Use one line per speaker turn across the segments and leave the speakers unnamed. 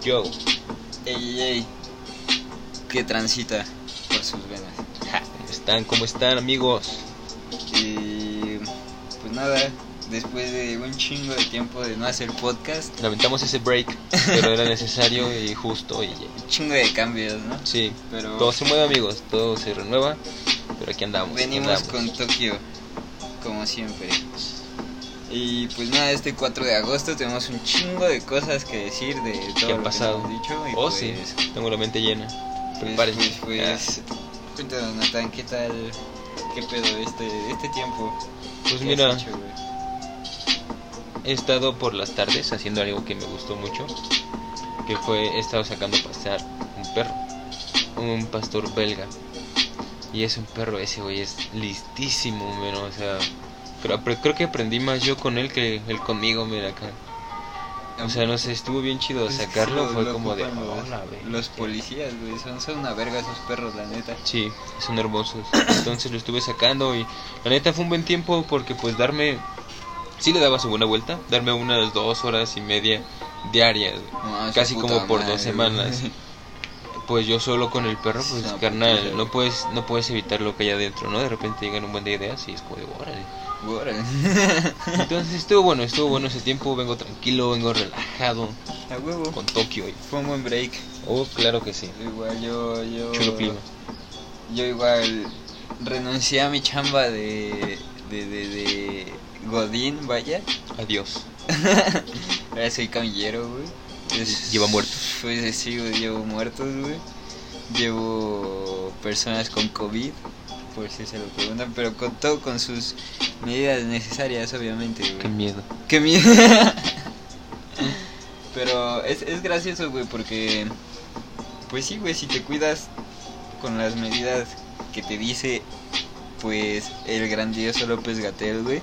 Joe,
Ey, ey, que transita por sus venas. Ja.
¿están como están amigos?
Y pues nada, después de un chingo de tiempo de no hacer podcast,
Lamentamos ese break, pero era necesario y justo y
un chingo de cambios, ¿no?
sí,
Pero
todo se mueve amigos, todo se renueva, pero aquí andamos. aquí
venimos
andamos.
con Tokio, como siempre. Y pues nada, este 4 de agosto tenemos un chingo de cosas que decir de todo
¿Qué
lo
ha pasado?
que nos han dicho. y,
Oh
pues,
sí, tengo la mente llena.
pues,
Prepárense.
Pues, pues, cuéntanos, Natán, ¿qué tal? ¿Qué pedo este, este tiempo?
Ah, pues
¿Qué has
mira,
hecho, güey?
he estado por las tardes haciendo algo que me gustó mucho, que fue he estado sacando a pasear un perro, un pastor belga. Y es un perro ese güey es listísimo, mero, o sea, creo, pero creo que aprendí más yo con él que él conmigo, mira acá. O sea, no sé, estuvo bien chido
Pues,
sacarlo,
lo-
fue
lo
como de "Oh,
ocupan los-
"Hola, güey".
Los policías, güey, son, son una verga esos perros, la neta.
Sí, son hermosos. Entonces lo estuve sacando y la neta fue un buen tiempo porque pues darme... Sí le daba su buena vuelta, darme unas dos horas y media diarias. güey.
No,
Casi
su
como
puta
por
madre,
dos semanas.
güey.
Pues yo solo con el perro, pues
Esa puta
carnal, no
madre.
puedes, no puedes evitar lo que hay adentro, ¿no? De repente llegan un buen de ideas y es como de órale.
Órale.
Entonces estuvo bueno, estuvo bueno ese tiempo, vengo tranquilo, vengo relajado
A huevo.
con Tokio. hoy.
Fue un buen break.
Oh, claro que sí.
Igual yo, yo.
Chulo clima.
Yo igual renuncié a mi chamba de. de, de, de Godín, vaya.
Adiós.
Ahora soy camillero, güey. Es-
Lleva muertos.
Pues sí, güey, llevo muertos, güey. Llevo personas con COVID, por si se lo preguntan, pero con todo, con sus medidas necesarias, obviamente, güey.
Qué miedo.
Qué miedo. Pero es, es gracioso, güey, porque. Pues sí, güey, si te cuidas con las medidas que te dice, pues, el grandioso López Gatel, güey.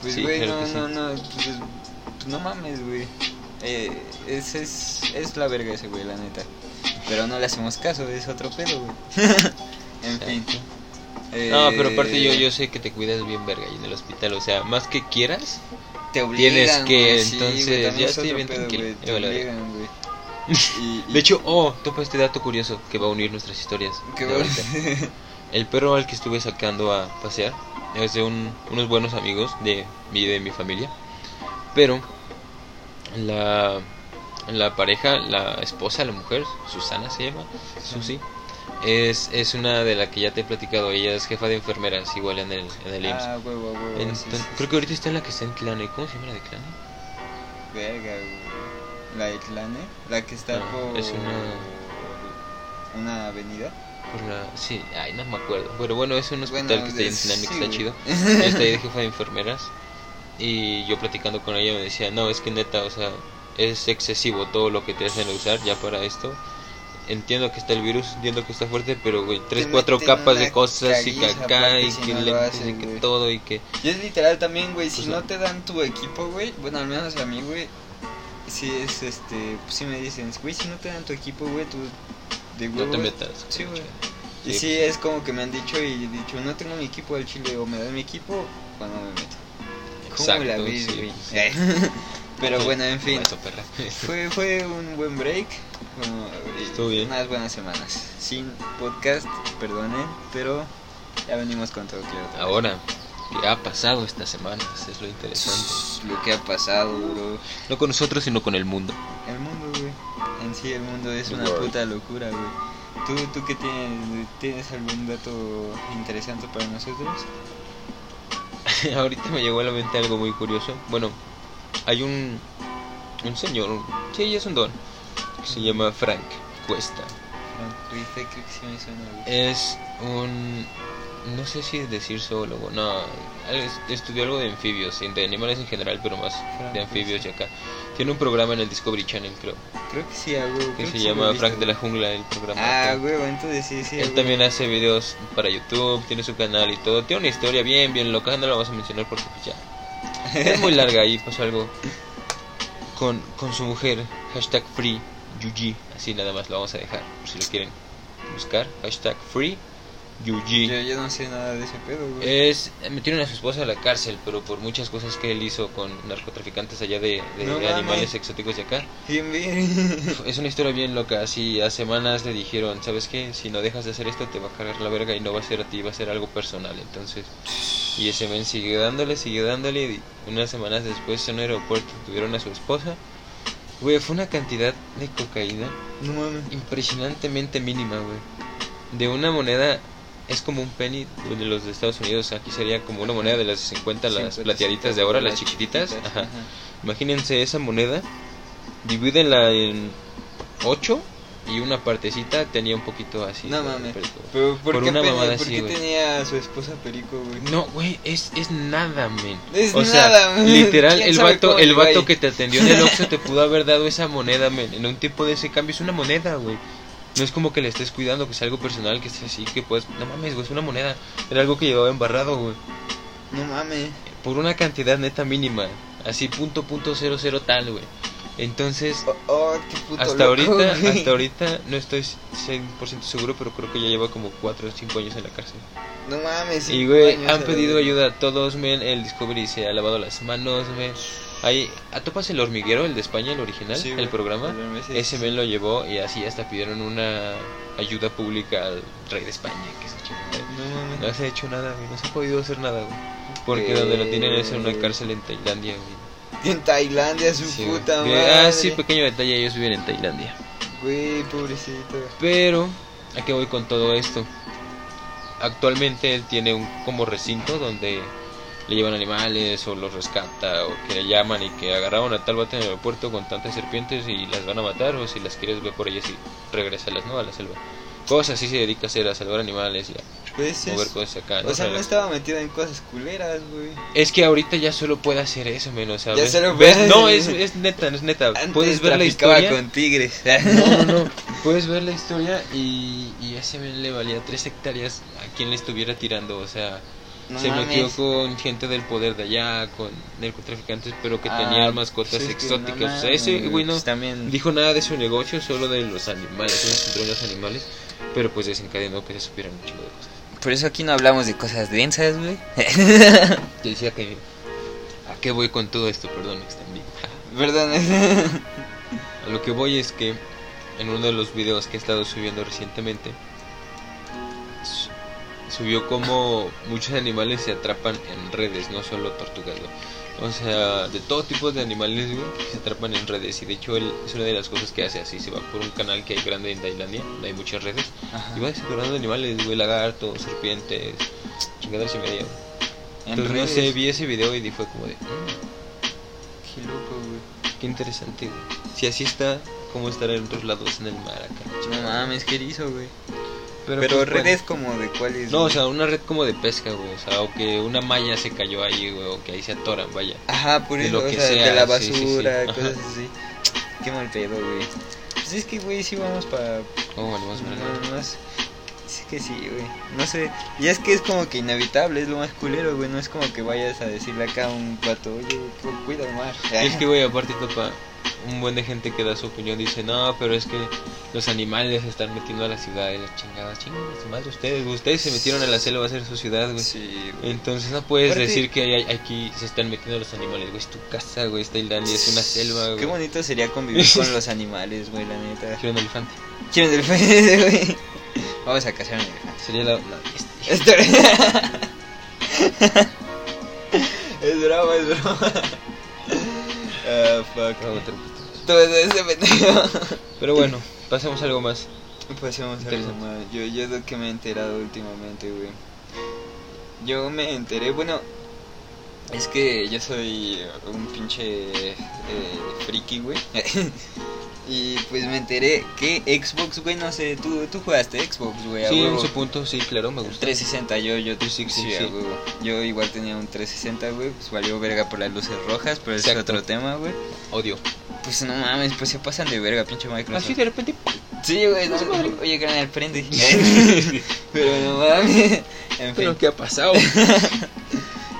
Pues,
Sí,
güey,
claro
no,
que sí.
no, no, pues, pues, no mames, güey. Eh, es, es, es la verga ese, güey, la neta. Pero no le hacemos caso, es otro pedo, güey. en fin.
No, pero aparte yo,
Eh,
yo sé que te cuidas bien verga y en el hospital, o sea, más que quieras,
te obligan,
Tienes que,
güey,
entonces,
güey, también
ya
es
estoy
otro
bien tranquilo.
güey, te
Ya vale, vale.
obligan, güey. Y- y-
De hecho, oh, topa este dato curioso que va a unir nuestras historias.
qué
de
bueno.
ahorita. El perro al que estuve sacando a pasear es de un- unos buenos amigos de mi, de mi familia. Pero la, la pareja, la esposa, la mujer, Susana se llama, Susi, es, es una de la que ya te he platicado. Ella es jefa de enfermeras, igual en el, en el IMSS.
ah, huevo, huevo. sí,
Enton-
sí, sí.
creo que ahorita está en la que está en Clane. ¿Cómo se llama la de Clane?
Verga, güey. La de Clane, la que está
No,
por
Ah, es una-
una avenida.
Por la- Sí, ay, no me acuerdo. Pero bueno, es un hospital
Bueno,
que está ahí en
es-
Tlalnepantla,
sí,
está
güey.
chido. Ella está ahí de jefa de enfermeras. Y yo platicando con ella me decía, no, es que neta, o sea, es excesivo todo lo que te hacen usar ya para esto. Entiendo que está el virus, entiendo que está fuerte, pero güey, tres,
Te
cuatro
meten
capas de
una
cosas y
caguiza,
caca y
aparte, si
que
no lo
lentes y
haces,
que
güey.
todo y que...
Y es literal también, güey, si
Pues
no
no.
te dan tu equipo, güey, bueno, al menos a mí, güey, si es este, si me dicen, güey, si no te dan tu equipo, güey, tú de
No
huevos.
te metas.
Sí, güey.
Sí,
Y sí,
pues,
es como que me han dicho y he dicho, no tengo mi equipo al chile, o me dan mi equipo, o no me meto. ¿Cómo la
Exacto,
ves,
sí,
güey?
sí.
Pero bueno, en
Como
fin,
eso, perra.
fue, fue un buen break, bueno, y
Estuvo bien.
unas buenas semanas. Sin podcast, perdonen, pero ya venimos con todo claro.
Ahora, ¿qué ha pasado estas semanas? Ah, Es lo interesante.
Lo que ha pasado, bro.
No con nosotros, sino con el mundo.
El mundo, güey. En sí, el mundo es
The
una
world.
puta locura, güey. ¿Tú, tú qué tienes? ¿Tienes algún dato interesante para nosotros?
Ahorita me llegó a la mente algo muy curioso. Bueno, hay un, un señor, un- sí, es un don, que se llama Frank Cuesta.
No, güey, creo que sí me suena, güey.
Es un, no sé si decir zoólogo, no, él es- estudió algo de anfibios, y de animales en general, pero más
Frank
de anfibios y acá. Tiene un programa en el Discovery Channel, creo,
Creo que sí, ah, güey.
que
creo
se
sí lo he
llama
visto,
Frank de la
güey.
Jungla, el programa.
Ah,
Acá.
güey, entonces sí, sí.
Él
güey.
también hace videos para YouTube, tiene su canal y todo. Tiene una historia bien, bien loca. No la vamos a mencionar porque pues, ya es muy larga y pasó algo con, con su mujer. Hashtag free Yuji. Así nada más lo vamos a dejar. Por si lo quieren buscar. Hashtag free Yuji.
Yo, yo no sé nada de ese pedo, güey.
Es, metieron a su esposa a la cárcel, pero por muchas cosas que él hizo con narcotraficantes allá de, de
No mames.
animales exóticos de acá.
Bien, bien.
Es una historia bien loca, así a semanas le dijeron, ¿sabes qué? Si no dejas de hacer esto te va a cargar la verga y no va a ser a ti, va a ser algo personal. Entonces, y ese men sigue dándole, sigue dándole. Y unas semanas después en un aeropuerto tuvieron a su esposa. Güey, fue una cantidad de cocaína
No mames.
impresionantemente mínima, güey. De una moneda es como un penny de los de Estados Unidos, aquí sería como una moneda de las 50, las
Cincuenta,
plateaditas de ahora, las chiquititas. Ajá. Imagínense esa moneda, divídenla en 8 y una partecita tenía un poquito así.
No
de
mames.
perico.
Pero ¿por,
Por
qué,
una
pe-
mamada
¿por
así,
qué
güey.
tenía a su esposa Perico, güey?
No, güey, es, es nada, men.
Es
o sea,
nada, men.
literal,
¿Quién
el
sabe
vato,
cómo
el
llegó
vato
ahí?
que te atendió en el Oxxo te pudo haber dado esa moneda, men. En un tipo de ese cambio es una moneda, güey. No es como que le estés cuidando, que sea algo personal, que estés así, que puedas... No mames, güey, es una moneda. Era algo que llevaba embarrado, güey.
No mames.
Por una cantidad neta mínima. Así, punto, punto, cero, cero, tal, güey. Entonces,
Oh, oh, qué puto
hasta
loco,
ahorita,
güey.
hasta ahorita, no estoy 100% seguro, pero creo que ya lleva como 4 o 5 años en la cárcel.
No mames.
Y güey,
cinco
han
años,
pedido
güey.
ayuda a todos, men. El Discovery se ha lavado las manos, men. Ahí, ¿atopas el hormiguero, el de España, el original,
Sí,
el
güey,
programa?
pero a veces-
Ese men lo llevó y así hasta pidieron una ayuda pública al rey de España, que se chingó.
No mames.
No se ha hecho nada, güey. No se ha podido hacer nada, güey. Porque
Eh.
donde lo tienen es en una cárcel en Tailandia, güey.
En Tailandia, su
Sí, güey.
puta
Que-
madre.
Ah, sí, pequeño detalle, ellos viven en Tailandia.
Güey, pobrecito.
Pero, ¿a qué voy con todo esto? Actualmente él tiene un como recinto donde le llevan animales o los rescata o que le llaman y que agarraron a tal vato en el aeropuerto con tantas serpientes y las van a matar o si las quieres ve por ellas y regresalas, ¿no? A la selva. Cosas así se dedica a hacer, a salvar animales y a
Pues es-
mover cosas acá. ¿no?
O sea, no
Relax.
estaba metido en cosas culeras, güey.
Es que ahorita ya solo puede hacer eso, menos,
Ya
¿sabes?
solo puede hacer
No, es,
eso.
es neta, es neta.
Antes
Puedes ver la
traficaba
historia.
con tigres.
No, no, no. Puedes ver la historia y, y a ese men le valía tres hectáreas a quien le estuviera tirando. O sea,
No
se
mames.
metió con gente del poder de allá, con narcotraficantes, pero que
Ah,
tenían mascotas
pues es que
exóticas.
no
o sea, ese
mames,
güey no
pues también-
dijo nada de su negocio, solo de los animales. Él encontró los animales, pero pues desencadenó que se supieran un chingo de cosas.
Por eso aquí no hablamos de cosas densas, güey.
Te decía que. ¿A qué voy con todo esto? Perdón, me extendí.
Perdón.
A lo que voy es que en uno de los videos que he estado subiendo recientemente, su- subió como muchos animales se atrapan en redes, no solo tortugas, güey. O sea, de todo tipo de animales, güey, se atrapan en redes. Y de hecho, él es una de las cosas que hace así. Se va por un canal que hay grande en Tailandia, donde hay muchas redes. Y va explorando animales, güey, lagartos, serpientes, chingaderas y media. güey. Entonces, no sé, vi ese video y fue como de... "Mm,
Qué loco, güey.
Qué interesante, güey. Si así está, ¿cómo estará en otros lados en el mar acá?
No mames, qué erizo, güey.
Pero,
Pero,
pues,
redes pues, como de cuáles.
bueno. No, o
güey?
sea, una red como de pesca, güey. O sea, o que una malla se cayó ahí, güey. O que ahí se atoran, vaya.
Ajá, por
de
eso,
lo
o
que
sea,
sea,
de la
sí, sí, sí.
basura,
Ajá.
cosas así. Qué mal pedo, güey. Pues es que, güey, sí vamos para.
¿Cómo volvemos para acá?
No, no sé. Es que sí, güey. No sé. Y es que es como que inevitable, es lo más culero, güey. No es como que vayas a decirle acá a un pato, oye, güey, cu- cuida el mar.
Y es que, güey, aparte, topa. Un buen de gente que da su opinión dice, no, pero es que los animales se están metiendo a la ciudad y las chingadas, chingadas, madre ustedes, güey, ustedes se metieron a la selva a hacer su ciudad, güey.
Sí, güey.
Entonces no puedes
Aparte-
decir que hay- aquí se están metiendo los animales, güey, es tu casa, güey, es Tailandia, es una selva,
Qué
güey.
bonito sería convivir con los animales, güey, la neta.
Quiero un elefante.
¿Quieren del güey? Vamos a cazar un elefante.
Sería la... la-
Esto- es broma, es broma. Ah, fuck.
Vamos a meter un putazo.
Todo ese pendejo.
Pero bueno, pasemos a algo más.
Pasemos a algo
Interesante.
más. Yo, yo es lo que me he enterado últimamente, güey. Yo me enteré, bueno, es que yo soy un pinche eh, friki, güey. y pues me enteré que Xbox, güey, no sé, tú, tú jugaste Xbox, güey. a
Sí, en
huevo.
su punto, sí, claro, me gusta.
360, yo, yo,
Sí, sí,
sí,
sí.
a huevo. yo igual tenía un 360, güey, pues valió verga por las luces rojas, pero ese es
Exacto.
otro tema, güey.
Odio.
Pues no mames, pues se pasan de verga, pinche Microsoft.
Así de repente.
Sí, güey, no, oye, carnal, prende. Pero no mames. En fin,
Pero ¿qué ha pasado?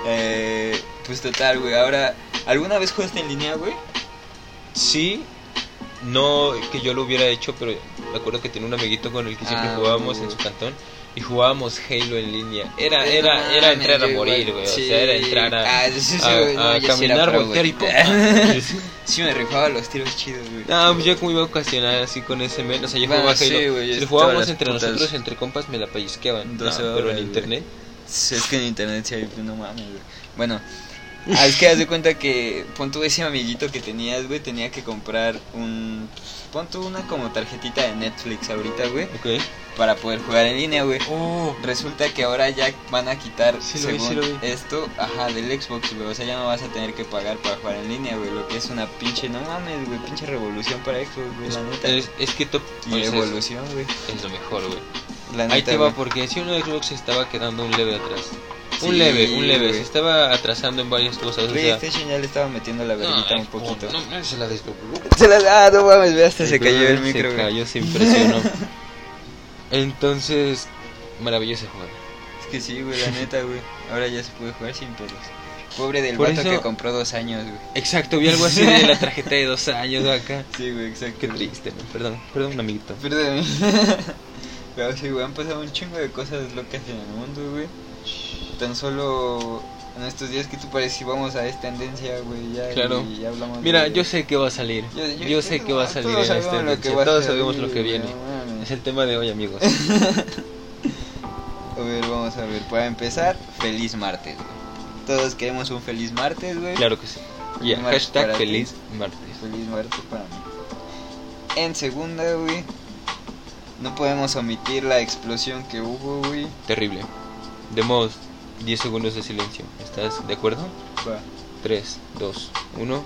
eh, pues total, güey. Ahora, ¿alguna vez jugaste en línea, güey?
Sí, no que yo lo hubiera hecho, pero me acuerdo que tenía un amiguito con el que siempre
Ah,
jugábamos en
güey.
su cantón. y jugábamos Halo en línea. Era, era, era entrar a morir, güey. O sea, era entrar
Ah,
a, a- a caminar, voltear y pum.
Sí, me rifaba los tiros chidos, güey.
No, pues yo como iba a ocasionar así con ese men. O sea, yo
Bueno,
jugaba Halo.
sí, güey,
si
es
lo
todas
jugábamos
las
entre
putas-
nosotros, entre compas, me la pellizqueaban. No,
12
pero
horas,
en
güey.
internet.
Es que en internet sí hay, pues, no mames, güey. Bueno, ah, es que haz de cuenta que pon tú ese amiguito que tenías, güey, tenía que comprar un. pues, Pon tú una como tarjetita de Netflix ahorita, güey,
Ok.
para poder jugar en línea, güey.
Oh,
Resulta que ahora ya van a quitar
Sí lo vi,
según
sí lo vi.
esto, ajá, del Xbox, güey. O sea, ya no vas a tener que pagar para jugar en línea, güey. Lo que es una pinche, no mames, güey, pinche revolución para Xbox, güey, la neta.
es, es que top. o
y
sea, es-
evolución, güey.
es lo mejor, güey.
La neta.
Ahí te va
güey.
porque si uno de Xbox estaba quedando un leve atrás. Un
Sí,
leve, un leve.
güey.
Se estaba atrasando en varias cosas. O sea,
PlayStation ya le estaba metiendo la verguita
ay,
un poquito.
No, no, se la desdobló.
Se la- ah, no mames, ve, hasta se cayó el
Este Se
micro, güey.
cayó, se impresionó. Entonces, maravillosa jugada.
Es que sí, güey, la neta, güey. Ahora ya se puede jugar sin pelos. Pobre del
Por
vato
eso-
que compró dos años, güey.
Exacto, vi algo así de la tarjeta de dos años acá.
Sí, güey, exacto.
Qué
güey.
triste, ¿no? perdón, perdón, amiguito.
Perdón. Pero sí, güey, han pasado un chingo de cosas locas en el mundo, güey. Tan solo en estos días que tú pareces íbamos a esta tendencia, güey. Ya,
Claro.
y ya hablamos
Mira,
de-
yo sé que va a salir. Yo, sé que va a salir
todos
en este.
sabemos lo que
anuncio.
va a
Todos
salir,
sabemos lo que
güey,
viene.
no mames.
Es el tema de hoy, amigos.
A ver, vamos a ver. Para empezar, feliz martes, güey. Todos queremos un feliz martes, güey.
Claro que sí. Ya,
Mar- para
hashtag
ti.
feliz martes.
Feliz martes para mí. En segunda, güey. No podemos omitir la explosión que hubo, güey.
Terrible. Demos 10 segundos de silencio. ¿Estás de acuerdo?
Va.
3, 2, 1.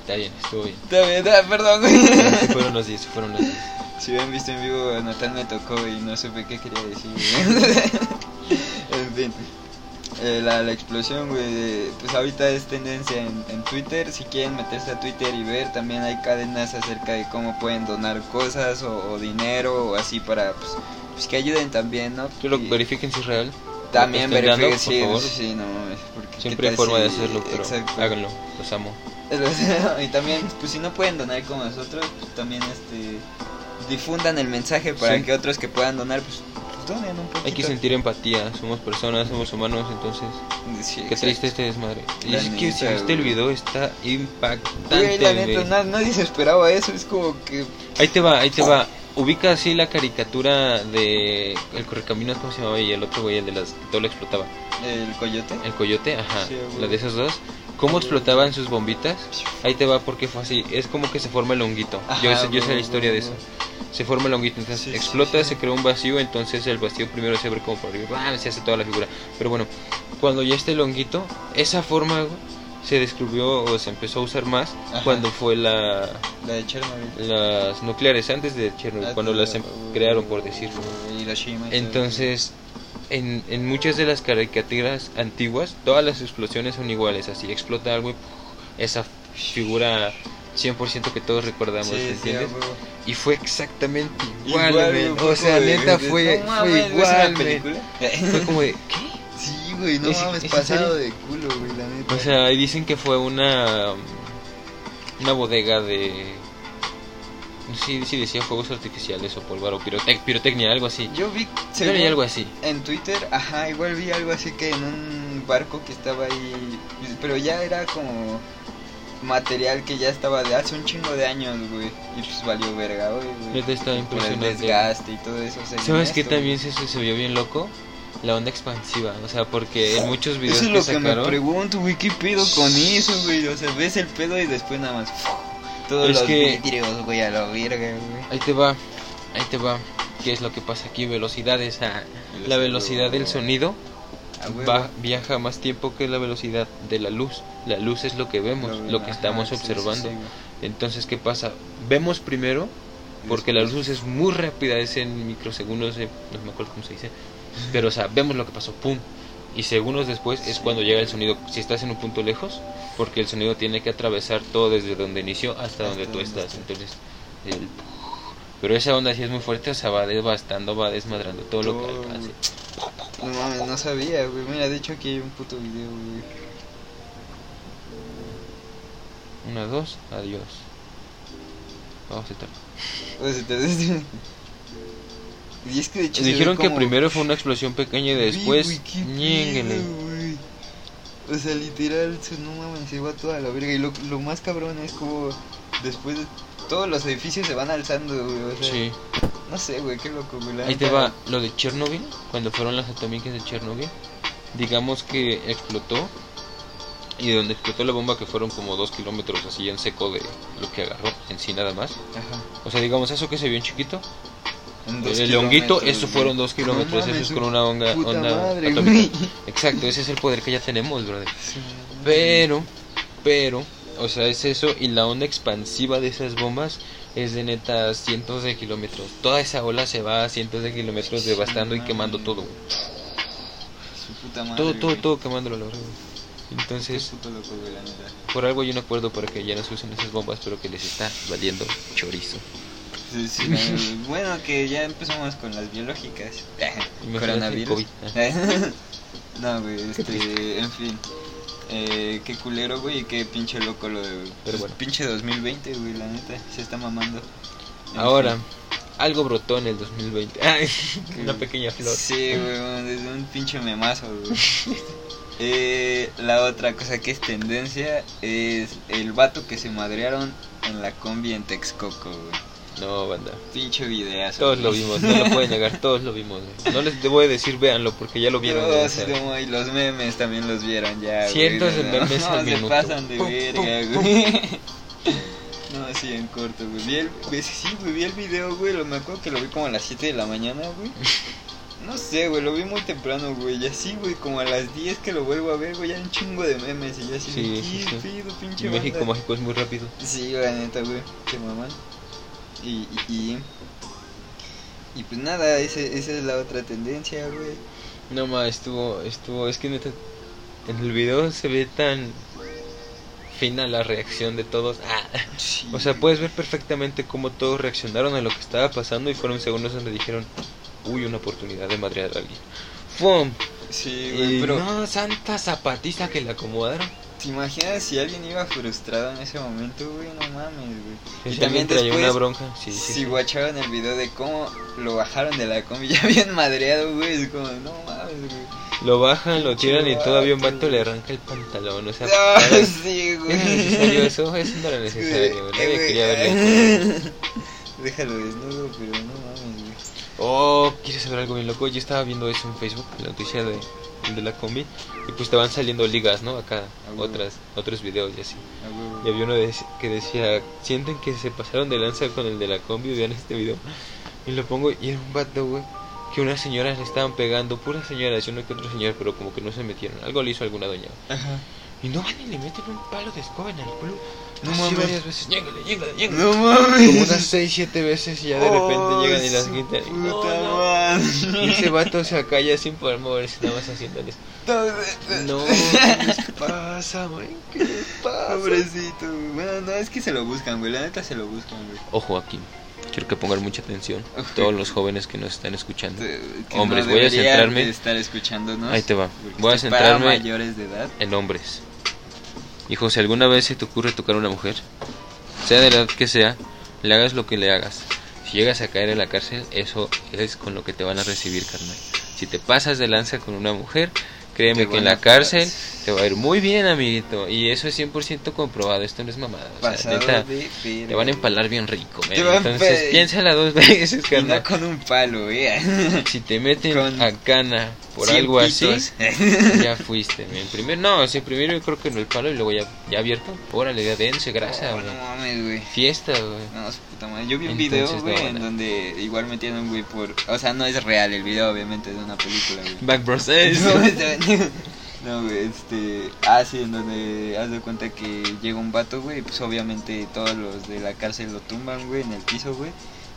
Está bien, estuvo bien.
Está bien, ah, perdón, güey.
Se fueron los 10, se fueron los 10.
Si hubieran visto en vivo, a Natal me tocó y no supe qué quería decir. güey. en fin. Eh, la, la explosión, güey. de- Pues ahorita es tendencia en, en Twitter. Si quieren meterse a Twitter y ver, también hay cadenas acerca de cómo pueden donar cosas o, o dinero o así para pues, pues que ayuden también, ¿no?
Solo
Y
verifiquen si es real.
También
Lo que estén
verifiquen,
dando, por
sí,
favor.
sí, no mames, porque qué
Siempre hay
tal
forma de
si-
hacerlo, pero
Exacto.
háganlo. Los amo.
y también, pues si no pueden donar como nosotros, pues también este difundan el mensaje para
Sí.
que otros que puedan donar, pues, pues, donen un poquito.
Hay que sentir empatía. Somos personas, somos humanos, entonces.
Sí,
Qué
exacto.
triste este desmadre. Y
La
es que si
neta,
viste el
güey.
video está
Güey, la
impactante.
neta,
güey.
na- nadie se esperaba eso, es como que...
Ahí te va, ahí te va. Ubica así la caricatura de el correcaminos cómo se llamaba y el otro güey el de las que todo lo explotaba.
El coyote.
El coyote, ajá,
Sí, güey.
la de esos dos. ¿Cómo explotaban sus bombitas? Ahí te va porque fue así, es como que se forma el honguito. yo
Ajá,
sé, yo sé
güey,
la historia
güey,
de eso.
güey.
Se forma el honguito, entonces
Sí, sí,
explota,
sí.
se crea un vacío, entonces el vacío primero se abre como por arriba, ¡bam! se hace toda la figura. Pero bueno, cuando ya está el honguito, esa forma güey, se descubrió o se empezó a usar más
Ajá.
cuando fue la,
La de Chernobyl.
las nucleares antes de Chernobyl,
Ah,
cuando las em- crearon, por decirlo.
Hiroshima y todo.
Entonces, en, en muchas de las caricaturas antiguas, todas las explosiones son iguales, así explota algo y ¡puf! esa figura 100% que todos recordamos,
Sí, sí,
¿entiendes?
a huevo.
y fue exactamente igual,
Igual, güey,
men.
fue
o sea,
como de-
neta
de-
fue,
no
fue
mames, güey, ¿es
igual,
una
men.
película?
Fue como de, ¿qué?
Sí, güey, no
¿Es-
mames,
es en
pasado de culo, güey, la neta.
O sea, ahí dicen que fue una una bodega de no sé si decía fuegos artificiales o pólvora o pirotec- pirotecnia, algo así.
yo vi...
Pero hay
según-
algo así.
En Twitter, ajá, igual vi algo así que en un barco que estaba ahí, pues, pero ya era como material que ya estaba de hace un chingo de años, güey, y pues valió verga, güey, güey.
Neta, está
Por el
impresionante.
desgaste y todo eso. según
¿Sabes qué
esto,
también se, se vio bien loco? La onda expansiva, o sea, porque en muchos
güey.
videos
Eso es
que
lo que me
sacaron,
pregunto, güey, ¿qué pedo con eso, güey? O sea, ves el pedo y después nada más... Todos
Es
los
que-
vidrios, güey, a la verga, güey.
ahí te va, ahí te va. ¿Qué es lo que pasa aquí? Velocidades, ah, la velocidad del sonido
Ah, güey.
va- viaja más tiempo que la velocidad de la luz. La luz es lo que vemos,
güey,
lo que
ajá,
estamos
sí, sí,
observando.
sí, güey.
Entonces, ¿qué pasa? Vemos primero, porque la luz es muy rápida, es en microsegundos, eh, no me acuerdo cómo se dice, pero o sea, vemos lo que pasó, ¡pum! Y segundos después es
Sí.
cuando llega el sonido, si estás en un punto lejos, porque el sonido tiene que atravesar todo desde donde inició hasta
Hasta
donde tú
donde
estás.
está.
Entonces, el... Pero esa onda sí es muy fuerte, o sea, va devastando, va desmadrando todo lo que
Todo,
alcance.
No mames, no sabía, güey. Mira, de hecho aquí hay un puto video, güey.
Una, dos, adiós. Vamos a estar.
O sea, entonces- y es que de hecho se ve
Dijeron que
como-
primero fue una explosión pequeña y
Sí,
después.
güey, qué
ñénguele.
pedo, güey. O sea, literal, se- no mames, se va toda la verga. Y lo, lo más cabrón es como después de- todos los edificios se van alzando, güey. O sea,
Sí.
No sé, güey, qué loco, güey. la
Ahí te
neta.
va, lo de Chernobyl, cuando fueron las atómicas de Chernobyl, digamos que explotó y de donde explotó la bomba que fueron como dos kilómetros así en seco de lo que agarró en sí nada más.
Ajá.
O sea, digamos eso que se vio en chiquito,
En dos
el honguito,
kilómetros,
eso
güey.
fueron dos
No
kilómetros,
mames,
eso es
su
con una onda,
puta
onda
madre,
atómica.
güey.
Exacto, ese es el poder que ya tenemos, brother.
Sí, no mames.
Pero, pero, o sea, es eso y la onda expansiva de esas bombas es de neta cientos de kilómetros. Toda esa ola se va a cientos de kilómetros
Sí,
devastando y
no
quemando
mames.
todo. güey.
Su puta madre,
Todo, todo,
güey.
todo quemándolo a la verga, güey.
Qué
Entonces,
puto loco, güey, la neta.
por algo hay un acuerdo para que ya no se usen esas bombas, pero que les está valiendo chorizo.
Sí, sí, la- bueno, que ya empezamos con las biológicas.
Imagínate el
Coronavirus.
COVID.
no, güey, este, en fin. Eh, qué culero, güey, y qué pinche loco lo de. pues,
Pero bueno.
Pinche 2020, güey, la neta, se está mamando. En
Ahora, algo brotó en el 2020. Ay,
fin,
Una
que-
pequeña flor.
Sí, güey, es un pinche memazo, güey. Eh, la otra cosa que es tendencia es el vato que se madrearon en la combi en Texcoco, güey.
No, banda.
Pinche videazo.
Todos
güey.
lo vimos, no lo pueden negar, todos lo vimos. güey. No les voy a decir, véanlo, porque ya lo vieron.
No,
ya
sí,
saben.
no, y los memes también los vieron ya. güey,
Cientos de
no,
memes
no,
al
se
minuto.
pasan de
Pum,
verga,
pum,
güey. No, sí, en corto, güey. Vi el, güey, sí, güey, vi el video, güey. Lo, me acuerdo que lo vi como a las 7 de la mañana, güey. No sé, güey, lo vi muy temprano, güey. Y así, güey, como a las 10 que lo vuelvo a ver, güey, ya un chingo de memes. Y ya así,
Sí, sí,
¿qué
sí.
pedo, pinche
México
banda?
Mágico es muy rápido.
Sí, la neta, güey, qué mamá. Y, y, y, y pues nada, ese, esa es la otra tendencia, güey.
No más, estuvo, estuvo, es que neta, en el video se ve tan fina la reacción de todos. Ah.
Sí,
O sea, puedes ver perfectamente cómo todos reaccionaron a lo que estaba pasando y fueron segundos donde dijeron, uy, una oportunidad de madrear a alguien. ¡Fum!
Sí, güey,
Y
pero
no, santa zapatiza que le acomodaron.
¿te imaginas si alguien iba frustrado en ese momento, güey? No mames, güey. Y
Si alguien
también
traía
después,
una bronca. Sí, sí,
si
sí.
guacharon el video de cómo lo bajaron de la combi ya bien madreado, güey, es como, no mames, güey.
Lo bajan, lo tiran y
Pinche
todavía un
vato,
vato
güey.
le arranca el pantalón. O sea,
Ah,
para- ¿era
sí, güey.
necesario eso? Eso no era
Sí,
necesario. güey.
eh,
Nadie
güey. ah,
quería verle.
Déjalo desnudo, pero no mames, güey.
Oh, ¿quieres saber algo bien loco? Yo estaba viendo eso en Facebook, la noticia de, de la combi, y pues te van saliendo ligas, ¿no? Acá,
Ah, bueno.
otras, otros videos y así.
Ah, güey,
Y
güey.
había uno de- que decía, sienten que se pasaron de lanza con el de la combi, vean este video. Y lo pongo, y era un vato, güey, que unas señoras le estaban pegando, puras señoras, y uno que otro señor, pero como que no se metieron. Algo le hizo alguna doña.
Ajá.
Y no van y le meten un palo de escoba en el culo.
No
así
mames.
varias veces, llégale, llégale, llégale.
No
Como unas
mames.
6, 7 veces y ya de repente
Oh,
llegan y las
su
quitan. Y, no,
Puta
no, y
madre.
ese vato se calla sin poder moverse, nada más haciéndoles. No, ¿qué les pasa, güey? ¿Qué les pasa?
Pobrecito, güey. Bueno, no, es que se lo buscan, güey. La neta se lo buscan, güey.
Ojo aquí. Quiero que pongan mucha atención.
Ojo.
Todos los jóvenes que nos están escuchando.
Te- que
Hombres,
no
voy a
deberían
centrarme.
de estar escuchándonos.
Ahí te va.
porque
Voy a
esto es para
centrarme-
mayores de edad.
En hombres. Hijo, si alguna vez se te ocurre tocar a una mujer, sea de la edad que sea, le hagas lo que le hagas. Si llegas a caer en la cárcel, eso es con lo que te van a recibir, carnal. Si te pasas de lanza con una mujer, créeme
Te
que en
van a-
la cárcel te va a ir muy bien, amiguito. Y eso es 100% comprobado, esto no es mamada. O sea,
Pasado
neta,
de verga.
te van a empalar bien rico, men.
Te van a
Entonces
empa-
piénsala dos veces,
Y no
carnal.
con un palo, eh.
Si te meten
Con
a cana por
Cien
algo
pitos.
así, ya fuiste. men. Primero, no, sí, primero yo creo que en el palo y luego ya, ya abierto. Órale, ya dense, grasa,
No,
güey.
Oh, no mames, güey.
Fiesta, güey.
No, su puta madre. Yo vi un video,
Entonces,
güey,
no,
en
no.
donde igual metían a un güey por. O sea, no es real el video, obviamente, es de una película, güey.
Back
No, este- No, güey, este. Ah, sí, en donde haz de cuenta que llega un vato, güey. Pues obviamente todos los de la cárcel lo tumban, güey, en el piso, güey.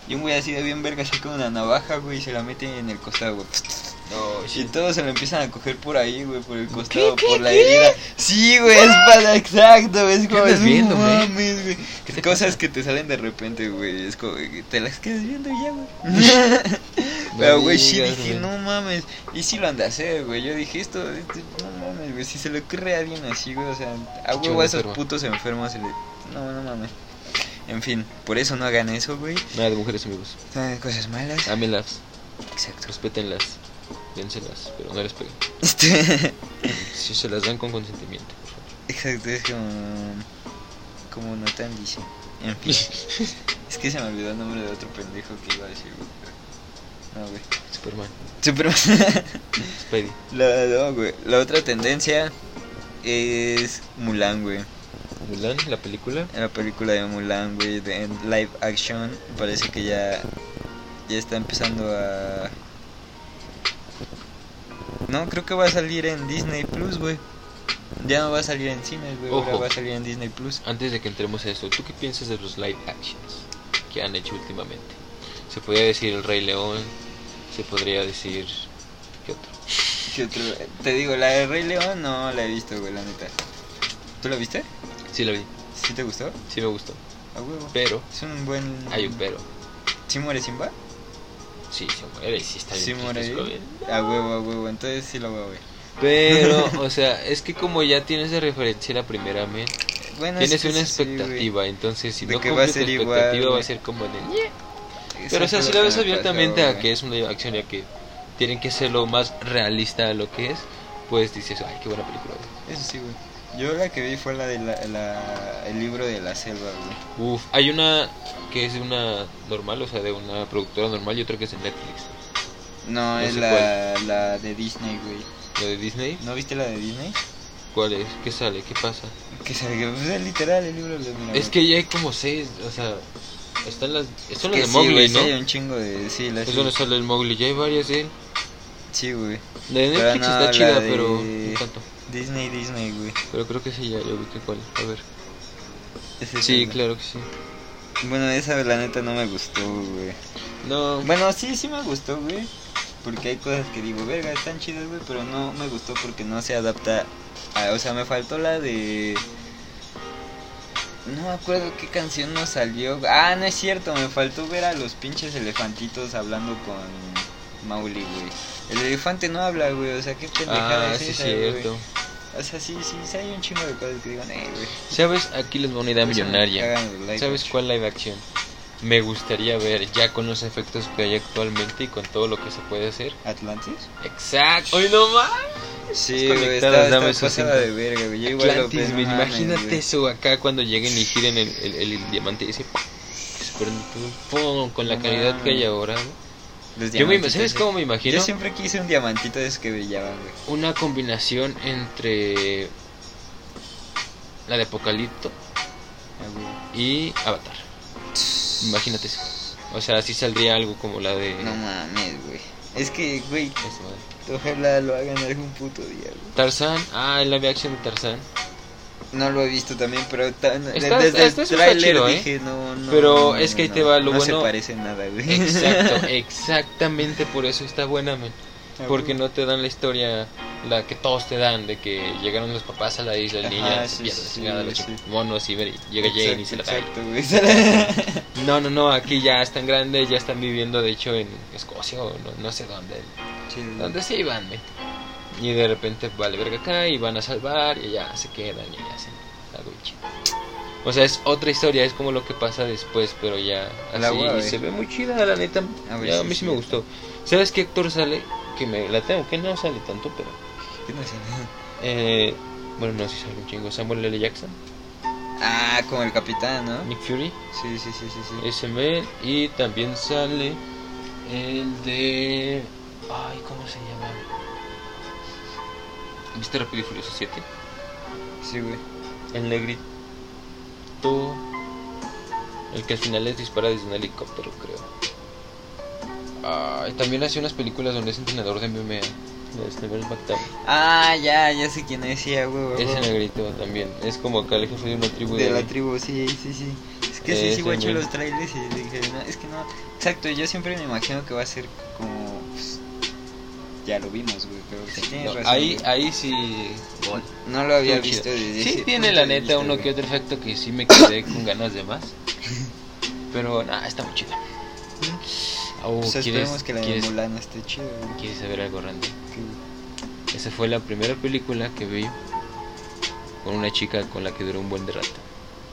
Y un güey así de bien verga saca una navaja, güey, y se la mete en el costado, güey. Y todos se lo empiezan a coger por ahí, güey, por el costado,
¿Qué, qué,
por la
qué?
herida. Sí, güey, es para exacto, güey, es como
andas
no
viendo, güey?
mames, güey.
¿Qué te
Cosas
pasa?
que te salen de repente, güey, es como que te las quedas viendo y ya, güey. Pero, güey, sí
digas,
dije,
güey.
no mames. Y sí lo han de hacer, güey. Yo dije, esto, esto- no mames, güey. Si se le ocurre a alguien así, güey, o sea, a huevo
Chulo,
a esos
pero-
putos enfermos se le. No, no mames. En fin, por eso no hagan eso, güey.
Nada de mujeres, amigos.
Eh, Cosas malas.
Ámenlas,
Exacto.
respétenlas, dénselas, pero no les peguen.
Este,
Si se las dan con consentimiento. por favor.
Exacto, es como. Como no tan dice. En fin. es que se me olvidó el nombre de otro pendejo que iba a decir, güey. No, güey.
Superman,
Superman.
Spidey.
La, no, güey. La otra tendencia es Mulan, güey.
Mulan, la película.
En la película de Mulan, güey, de en live action, parece que ya, ya está empezando a... No, creo que va a salir en Disney Plus, güey. Ya no va a salir en cines, güey. Ahora
Ojo.
va a salir en Disney Plus.
Antes de que entremos a esto, ¿tú qué piensas de los live actions que han hecho últimamente? Se podría decir El Rey León, se podría decir. ¿Qué otro?
¿Qué otro? Te digo, la de Rey León no la he visto, güey, la neta. ¿Tú la viste?
Sí, la vi,
¿Sí te gustó?
sí me gustó.
A huevo.
Pero,
Es un buen...
hay un pero.
¿Sí muere Simba?
Sí, se muere, sí está bien.
Sí
triste,
muere.
es como bien.
A huevo, a huevo. Entonces sí la voy a ver.
Pero, o sea, es que como ya tienes de referencia la primera, men,
Bueno, es
tienes
que
una
sí, güey.
expectativa. entonces, si
De
no
que va a
cumples tu
ser igual,
expectativa, va
güey.
a ser como de. "Ñe".
Eso
Pero, o sea,
fue
si
lo
la ves
me pasó,
abiertamente a
güey.
que es una live action, ya que tienen que ser lo más realista a lo que es, pues dices, ay, qué buena película. güey".
Eso sí, güey. Yo la que vi fue la de la, la- el libro de la selva, güey.
Uf, hay una que es de una normal, o sea, de una productora normal y otra que es de Netflix.
No,
No
es
sé
la, la de Disney, güey.
¿La de Disney?
¿No viste la de Disney?
¿Cuál es? ¿Qué sale? ¿Qué pasa?
Que salió, pues, es literal el libro de mira,
Es
güey.
que ya hay como seis, o sea, están las. Son las
Que
de
sí,
Mowgli,
güey,
¿no? Pues
sí, hay un chingo de... Sí, la
Es donde sale el Mowgli, ya hay varias de él.
Sí, güey.
La de
Pero
Netflix
no,
está
la
chida,
de-
pero no tanto.
Disney, Disney, güey.
Pero creo que sí, ya, ya ubiqué cuál. A ver.
Es esa,
Sí,
güey.
claro que sí.
Bueno, esa la neta no me gustó, güey.
No,
Bueno, sí, sí me gustó, güey. Porque hay cosas que digo, verga, están chidas, güey, pero no me gustó porque no se adapta. A, o sea, me faltó la de. No me acuerdo qué canción nos salió. Ah, no es cierto, me faltó ver a los pinches elefantitos hablando con Mauli, güey. El elefante no habla, güey, o sea, qué pendejada
ah,
es
sí,
esa,
cierto.
güey. O sea, sí, sí, sí, hay un chingo de cosas que digo, eh, güey. Pues,
¿Sabes? Aquí les va una idea
Por eso me
millonaria.
cagan los ah, live
¿Sabes
action.
cuál live action? Me gustaría ver ya con los efectos que hay actualmente y con todo lo que se puede hacer.
¿Atlantis?
Exacto. ¡Ay, no más!
Sí,
Estás
güey,
conectada,
está, está
dame su
pasada
cinta.
de verga, güey. Yo igual lo
Atlantis,
veo,
güey,
no mames,
imagínate
güey.
eso acá cuando lleguen y giren el, el, el- el diamante ese. Que se prende todo, ¡pum! Con la
No
calidad que hay
mames.
ahora. güey.
Los
Yo me, ima-
diamantitos,
¿Sabes
sí.
cómo me imagino?
Yo siempre quise un diamantito de esos que brillaban, güey.
una combinación entre la de Apocalipto
Ah, güey.
y Avatar. Imagínate eso. O sea, así saldría algo como la de.
No mames, güey. Es que, güey,
Esta madre.
ojalá lo hagan algún puto día, güey.
Tarzán, ah, el live action de Tarzán.
No lo he visto también, pero ta-
Está-
desde
está-
el
está
tráiler
chido, ¿eh?
dije, no, no.
Pero
no,
es que ahí
no,
te va lo
no
bueno.
se parece en nada, güey.
Exacto, exactamente por eso está buena, man.
Ah,
Porque no te dan la historia, la que todos te dan, de que llegaron los papás a la isla, el
Ajá,
niño
sí,
se pierde,
sí,
se gana los
sí.
monos y ve- llega Jane y se la trae.
Exacto, güey. se la-
No, no, no, aquí ya están grandes, ya están viviendo, de hecho, en Escocia o no, no sé dónde.
Chido.
¿Dónde se iban, güey? Y de repente vale verga acá y van a salvar y ya se quedan y ya hacen algo bien chido. O sea, es otra historia, es como lo que pasa después, pero ya así
La voy a
y
ver.
se ve muy chida, la neta.
A ver
Ya,
si
a mí
es
sí me
cierto.
gustó. ¿Sabes qué actor sale? Que me la tengo, que no sale tanto, pero.
¿Qué no sé?
eh, bueno, no, si sale un chingo. Samuel L. Jackson,
Ah, como el capitán, ¿no?
Nick Fury,
Sí, sí, sí, sí, sí.
ese men, y también sale el de. Ay, ¿cómo se llama? ¿Viste Rápido y Furioso 7?
Sí, güey.
El negrito. El que al final les dispara desde un helicóptero, creo. Ay, también hace unas películas donde es entrenador de MMA. de Steven McTavish.
Ah, ya, ya sé quién es, sí, a huevo, a
Ese
huevo.
negrito también. Es como acá el jefe de una tribu de.
De la tribu, sí, sí, sí. Es que sí,
Ese
sí, guacho
güey.
los trailers y dije, no, es que no. Exacto, yo siempre me imagino que va a ser como. pues, ya lo vimos, güey, pero sí tienes
No,
razón.
ahí,
güey.
ahí sí.
no lo había
Estuvo chido.
visto desde
Sí,
ese
tiene
punto
la
de
neta
vista,
uno
güey.
que otro efecto que ah, sí me quedé con ganas de más. Pero nada, está muy chida. Oh,
Pues
¿quieres,
esperemos que la de
quieres-
Mulan esté chida, güey.
quieres saber algo random?
Que-
Esa fue la primera película que vi con una chica con la que duró un buen de rato.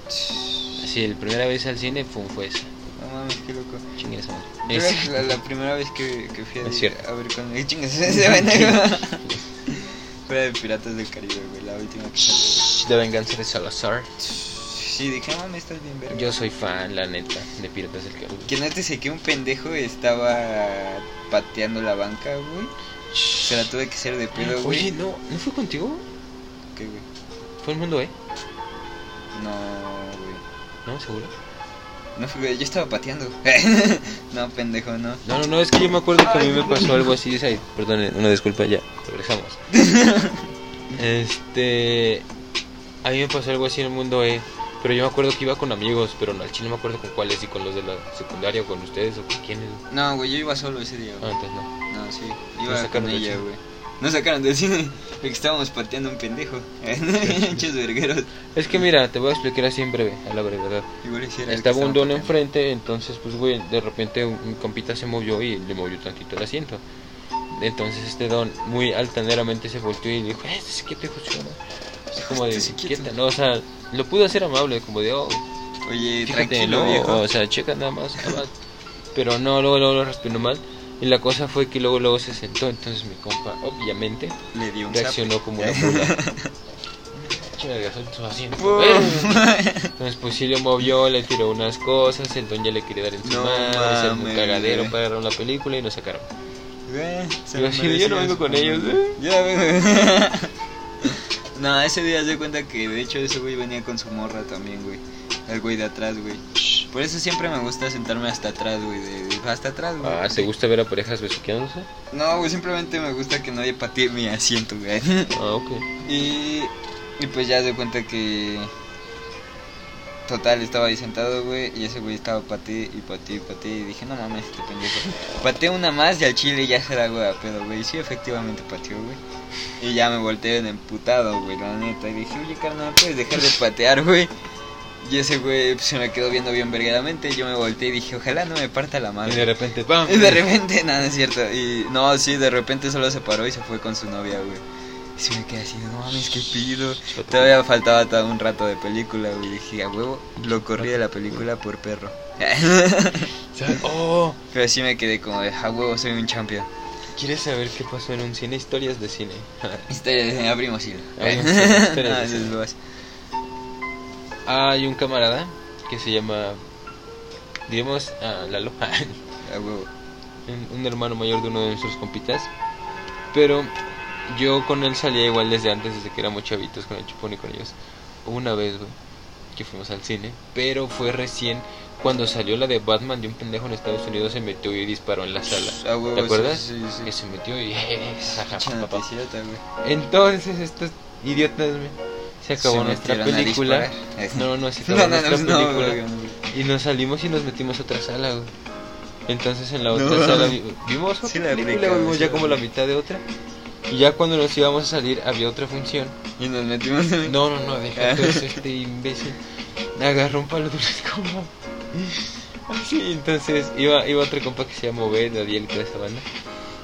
Así, la primera vez al cine fue, fue esa.
No mames, qué loco.
Chingue esa madre.
Yo
Esa.
la, la primera vez que, que fui a,
Es cierto.
a ver con el chingas ese pendejo. Fue de Piratas del Caribe, güey, la última que salió.
La venganza de Salazar.
Sí, dije, no mames, estás bien verga.
Yo soy fan, la neta, de Piratas del Caribe.
Que no te sé que un pendejo estaba pateando la banca, güey. Se la tuve que hacer de pedo, güey.
Oye, no, ¿no fue contigo?
¿Qué, güey?
Fue el mundo, ¿eh?
No, güey.
¿No? ¿Seguro?
No fui, güey, yo estaba pateando. no, pendejo, no.
No, no, no, es que yo me acuerdo que a mí me pasó algo así. Ay, perdón, una disculpa, ya, regresamos. Este. A mí me pasó algo así en el mundo, eh. Pero yo me acuerdo que iba con amigos, pero no, al chile no me acuerdo con cuáles, y con los de la secundaria, o con ustedes, o con quiénes.
No, güey, yo iba solo ese día,
Ah,
güey.
entonces no.
No, sí.
Nos
Iba
sacaron
con
del
ella,
cine.
güey. No sacaron del cine. Porque estábamos pateando un pendejo. Hinchos vergueros.
Es que mira, te voy a explicar así en breve, a la brevedad.
Igual hiciera.
Estaba un don enfrente, entonces pues güey, de repente un un compita se movió y le movió tantito el asiento. Entonces este don muy altaneramente se volteó y dijo, eh, es que te funciona. Es como de,
Este sí quieto.
quieta, ¿no? O sea, lo pudo hacer amable, como de, oh,
Oye,
fíjate,
tranquilo,
¿no?
viejo.
O sea, checa nada más, nada más. Pero no, luego, luego lo respiró mal. Y la cosa fue que luego, luego se sentó, entonces mi compa, obviamente,
Le dio un
reaccionó como una mula. Chingas, son sus asientos,
¡Pum!
¡eh! Entonces pues sí lo movió, le tiró unas cosas, el don ya le quería dar en su
No
madre, se armó un
mames,
cagadero
güey.
para agarrar la película y lo sacaron.
Güey, Eh, se
Yo
lo
así de, yo no
merecía
vengo
su
con
mamá.
ellos, ¿eh?
Ya, güey. No, ese día se cuenta que de hecho ese güey venía con su morra también, güey. El güey de atrás, güey. Por eso siempre me gusta sentarme hasta atrás, güey. de- hasta atrás, güey.
Ah, ¿te gusta ver a parejas besuqueándose?
No, güey, simplemente me gusta que nadie patee mi asiento, güey.
Ah, ok.
Y, y pues ya se cuenta que. Total, estaba ahí sentado, güey, y ese güey estaba pateé y pateé y pateé. Y dije, no mames, este pendejo. Pateé una más y al chile ya será, güey, a pedo, güey. Y sí, efectivamente pateó, güey. Y ya me volteé en emputado, güey, la neta. Y dije, oye, carnal, puedes dejar de patear, güey. Y ese güey pues, se me quedó viendo bien vergadamente. Y yo me volteé y dije, ojalá no me parta la
Ah, Y
madre.
de repente, ¡pam!
Y de repente, nada, no es cierto. Y no, sí, de repente solo se paró y se fue con su novia, güey. Y se me quedé así, no mames, qué pido. Todavía faltaba todo un rato de película, güey. Dije, a huevo, lo corrí de la película por perro.
Oh,
Pero sí me quedé como de, a huevo, soy un champion.
¿quieres saber qué pasó en un cine? Historias de cine.
Historia de- abrimos hilo.
Abrimos hilo, historia
No,
de-
eso es Ah, lo más.
Ah, Hay un camarada que se llama, digamos, ah, Lalo,
A huevo.
un, un hermano mayor de uno de nuestros compitas. Pero yo con él salía igual desde antes, desde que éramos chavitos con el chupón y con ellos. Una vez, güey, que fuimos al cine. Pero fue recién cuando salió la de Batman de un pendejo en Estados Unidos se metió y disparó en la sala.
A huevo,
¿Te acuerdas?
Ah, Sí, sí,
Que
sí.
se metió y...
Pinche noticiota, güey.
Entonces estos idiotas me- se acabó
Se
nuestra
metieron a
película.
disparar.
No, no, se
No,
acabó
no, no,
nuestra
no,
película.
güey, no, güey.
y nos salimos y nos metimos a otra sala, güey. Entonces en la otra
No.
sala vi- vimos otra
Sí la
película,
aplicaron,
vimos
sí
ya
la
como la
aplicaron.
mitad de otra. Y ya cuando nos íbamos a salir había otra función.
Y nos metimos en
No, no, no,
Ah.
deja todo eso, este imbécil. Agarró un palo duro como. Así, entonces iba, iba otro compa que se llama Obed, Daniel, toda esa banda.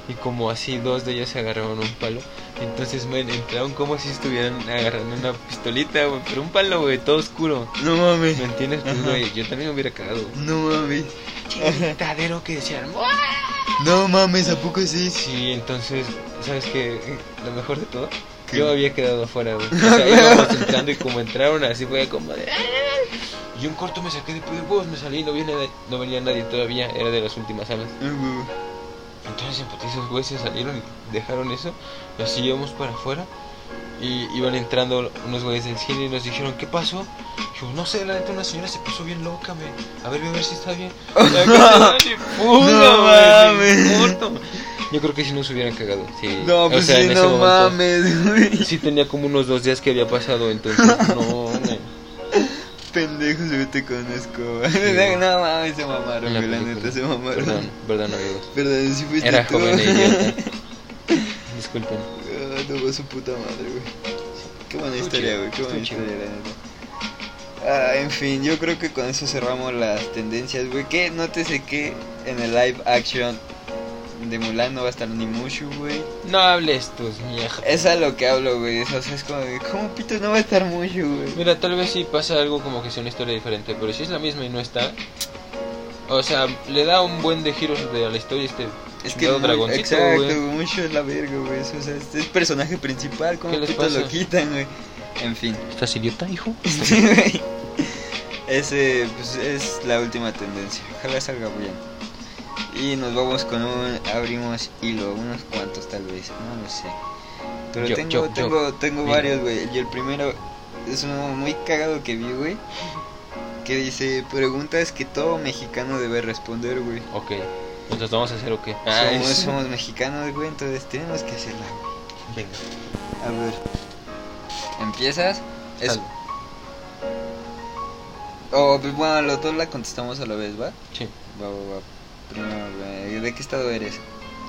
Y como así, dos de ellos se agarraron un palo. Entonces, me entraron como si estuvieran agarrando una pistolita, güey. Pero un palo, güey, todo oscuro.
No mames.
¿Me entiendes? Pues,
Ajá.
güey, yo también me hubiera cagado. güey.
No mames.
Chingadero que se armó.
No mames, ¿a poco sí?
Sí, entonces, ¿sabes qué? Lo mejor de todo,
¿Qué?
yo había quedado afuera, güey. O sea, íbamos entrando y como entraron así fue como de... "Ah". Y un corto me saqué de pude huevos, me salí, no, vi nadie- no venía nadie todavía, era de las últimas salas. Entonces empaté esos güeyes se salieron y dejaron eso, nos íbamos para afuera y iban entrando unos güeyes del cine y nos dijeron, ¿qué pasó? Yo, no sé, la neta una señora se puso bien loca, me. A ver, voy a ver si está bien. La cosa de pudo,
No
güey,
mames.
corto. Yo creo que si nos hubieran cagado, sí.
No,
O
pues
sea,
sí,
en ese
no
momento,
mames, güey.
Sí tenía como unos dos días que había pasado, entonces no, güey.
Pendejo, se vete con una escoba.
Sí.
No mames, se mamaron,
En la
güey. La
película.
neta, se mamaron.
Perdón, perdón amigos.
Perdón, si fuiste
Era
tú.
joven e idiota. Disculpen.
Ah, No, va su puta madre, güey. Qué buena
Estuvo
historia,
chido,
güey. Qué buena
estuvo chido.
historia, la neta. Ah, en fin, yo creo que con eso cerramos las tendencias, güey. Que nótese que en el live action de Mulan no va a estar ni Mushu, güey.
No hables tus mierdas.
Es a lo que hablo, güey. O sea, es como, de, ¿cómo pito no va a estar Mushu, güey?
Mira, tal vez sí pasa algo como que sea una historia diferente, pero si es la misma y no está. O sea, le da un buen de giros de- a la historia este.
Es que
chingado
Mu-
dragoncito,
exacto,
güey.
güey, Mushu es la verga, güey. O sea, este es el personaje principal, ¿cómo
¿Qué les
pito lo
pasa?
quitan, güey? En fin.
¿Estás idiota, hijo?
Ese pues, es la última tendencia. Ojalá salga bien. Y nos vamos con un abrimos hilo, unos cuantos tal vez, no lo sé. Pero
Yo,
tengo,
yo, yo.
tengo, tengo
Mira.
varios, güey. Y el primero es uno muy cagado que vi, güey. Que dice preguntas que todo mexicano debe responder, güey.
Ok. Entonces vamos a hacer o qué?
somos, somos mexicanos, güey, entonces tenemos que hacerla. güey.
Venga.
A ver. ¿Empiezas? Es-
Dale.
Oh, pues, bueno, los dos la contestamos a la vez, ¿va?
Sí.
Va, va, va. Primero, güey, ¿de qué estado eres?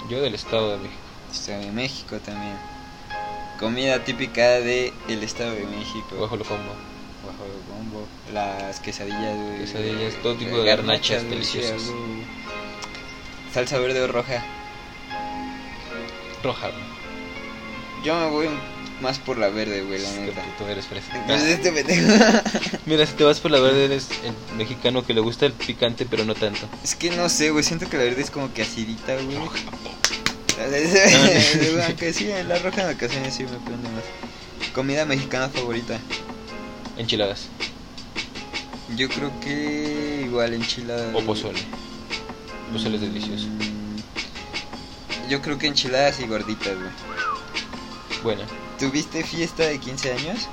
Yo del Estado de México.
Estado de México también. Comida típica de el Estado de México.
Bajo lo como.
Bajo el bombo. Las quesadillas, güey.
Quesadillas, todo tipo de garnachas
güey, sí,
deliciosas.
a huevo. Salsa verde o roja.
Roja, güey.
Yo me voy más por la verde, güey, la
Es que Ah.
neta.
tú eres fresa.
Entonces este pendejo.
Mira, si te vas por la verde, eres el mexicano que le gusta el picante, pero no tanto.
Es que no sé, güey, siento que la verde es como que acidita, güey.
No.
Aunque sí, en la roja en ocasiones sí me prende más. Comida mexicana favorita.
Enchiladas
Yo creo que igual enchiladas.
o pozole. Pozole es delicioso.
Mm, Yo creo que enchiladas y gorditas, güey.
Buena,
¿Tuviste fiesta de 15 años?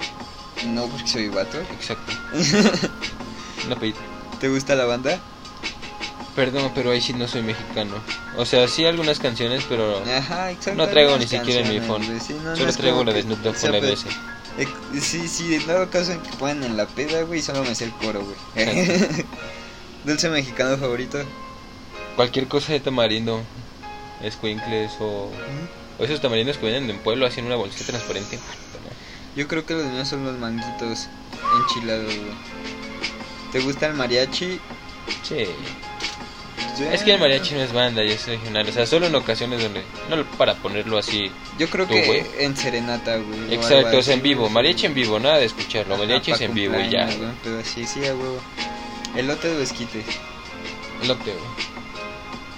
No, porque soy vato.
exacto. Una pedita.
¿Te gusta la banda?
Perdón, pero ahí sí no soy mexicano. O sea, sí algunas canciones, pero
Ajá, exacto.
no traigo ni
algunas
siquiera en mi phone.
canciones, güey, sí, no, no
Solo
es
traigo
como
la de
que
Snoop Dogg
sea
con
pe-
LBS.
Eh, Sí, sí, en dado caso en que ponen en la peda, güey, solo me sé el coro, güey.
Exacto.
Dulce mexicano favorito.
Cualquier cosa de tamarindo, escuincles o... o esos tamarindos que venden en pueblo así en una bolsita transparente.
Yo creo que los míos son los manguitos enchilados, güey. ¿Te gusta el mariachi?
Sí. Es que el mariachi no es banda y es regional. O sea, solo en ocasiones donde... No para ponerlo así.
Yo creo
tú,
que
güey.
en serenata, güey. o algo
Exacto, o sea, en
así,
vivo.
güey.
Mariachi en vivo, nada de escucharlo.
Ajá,
Mariachi es
pa'
en vivo y ya.
cumpleaños, güey, Pero sí, sí, a huevo. Elote o esquites.
Elote, güey.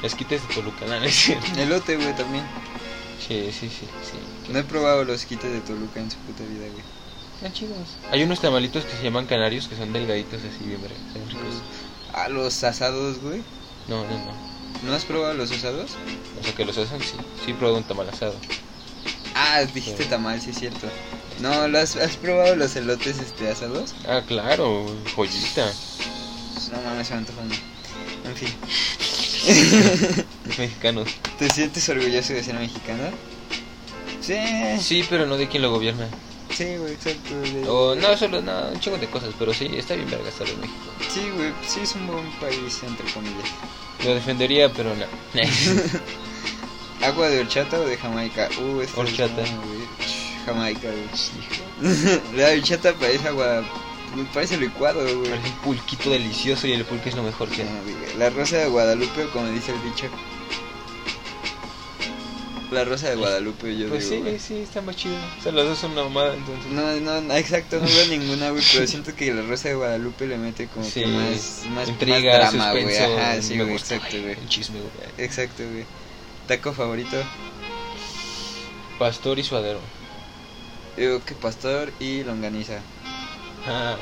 Esquites de Toluca, nada, no es cierto.
Elote, güey, también.
Sí, sí, sí, sí.
No he probado los esquites de Toluca en su puta vida, güey.
Están chidos. Hay unos tamalitos que se llaman canarios que son delgaditos así, bien verga, saben ricos.
Ah, los asados, güey.
No, no, no.
¿No has probado los asados?
O sea, que los hacen, sí. Sí, probé un tamal asado.
Ah, dijiste
Sí.
tamal, sí es cierto. No, ¿lo has, has probado los elotes este asados?
Ah, claro, güey, joyita.
No mames, se me antojan. En fin,
Los mexicanos.
¿te sientes orgulloso de ser mexicano? Sí,
Sí, pero no de quién lo gobierna.
sí, güey, exacto. de-
O no, solo, no, un chingo de cosas, pero sí, está bien verga estar en México.
Sí, güey, sí es un buen país, entre comillas.
Lo defendería, pero no.
¿Agua de horchata o de Jamaica? Uh, esta es
Horchata.
buena, güey. Ch, Jamaica, güey. La horchata parece agua, parece licuado, güey.
Parece un pulquito delicioso y el pulque es lo mejor que hay.
Ah, diga, La rosa de Guadalupe, o como dice el dicho. La rosa de Guadalupe, yo
Pues sí,
digo. güey.
sí, está más chido. O sea, las dos son una mamada, entonces.
No, no, no, exacto, no veo ninguna, güey, pero siento que la rosa de Guadalupe le mete como
Sí,
que más, más,
intriga,
más drama, güey.
suspenso.
Ajá, sí,
me
güey,
gusta,
exacto,
güey,
güey.
El chisme, güey.
Exacto, güey. Taco favorito,
Pastor y suadero.
digo que pastor y longaniza.
Ah,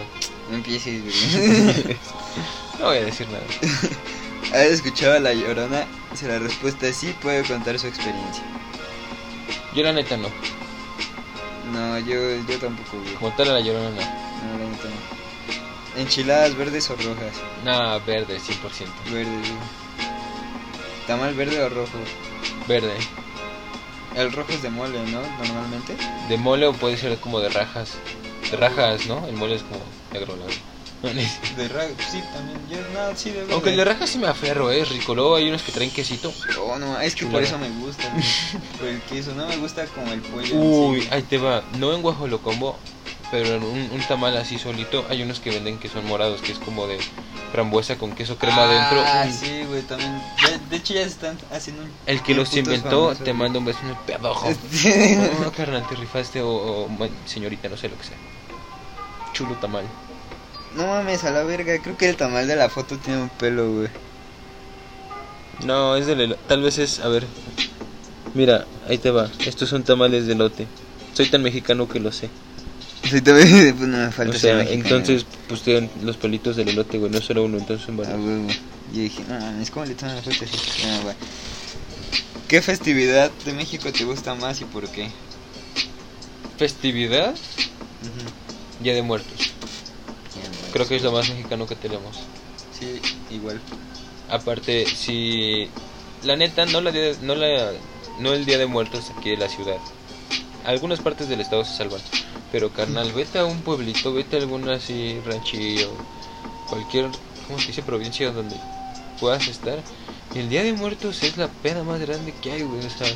No empieces, güey.
no voy a decir nada.
¿Has escuchado a la llorona? Si la respuesta es sí, puede contar su experiencia.
Yo la neta no.
No, yo, yo tampoco, güey.
Como tal a la llorona no.
No, la neta no. Enchiladas verdes o rojas.
Nada, verde, 100%.
Verde, güey. Tamal verde o rojo.
Verde.
El rojo es de mole, ¿no? Normalmente.
De mole o puede ser como de rajas. De rajas, ¿no? El mole es como negro, la verdad. No, ni-
De rajas, sí, también. Yo, no, sí, de
Aunque el de rajas sí me aferro, ¿eh? es rico. Luego hay unos que traen quesito.
Oh, no, es que
Chulada.
por eso me gusta. güey. Por el queso, no me gusta como el pollo. en
Uy,
sí.
ahí te va. No en guajolocombo, Pero en un, un tamal así solito, hay unos que venden que son morados, que es como de frambuesa con queso crema adentro.
Ah,
Mm.
sí, güey, también. De, de hecho, ya se están haciendo un.
El que los
putos
inventó,
famosos,
te
güey.
mando un beso en el pedojo. No, Oh, carnal, te rifaste o, o, ma- señorita, no sé lo que sea. Chulo tamal.
no mames, a la verga. Creo que el tamal de la foto tiene un pelo, güey.
No, es del elote. Tal vez es, a ver. Mira, ahí te va. Estos son tamales de elote. Soy tan mexicano que lo sé.
Sí, también. Pues no me falta
o
ser
sea,
mexicano,
entonces pues tienen los pelitos del elote, güey. No solo uno, entonces son
güey.
varios.
Ah, güey, güey. Yo dije, "Ah, no mames, ¿cómo le toman la foto así? Ah, güey. ¿Qué festividad de México te gusta más y por qué?
Festividad, Día de Muertos. Creo que es lo más mexicano que tenemos.
Sí, igual.
Aparte, si. La neta, no, la día- no, la, no el Día de Muertos aquí en la ciudad. Algunas partes del estado se salvan. Pero, carnal, vete a un pueblito, vete a algún así ranchillo, cualquier, ¿cómo se dice? Provincia donde puedas estar. Y el Día de Muertos es la pena más grande que hay, güey. O sea,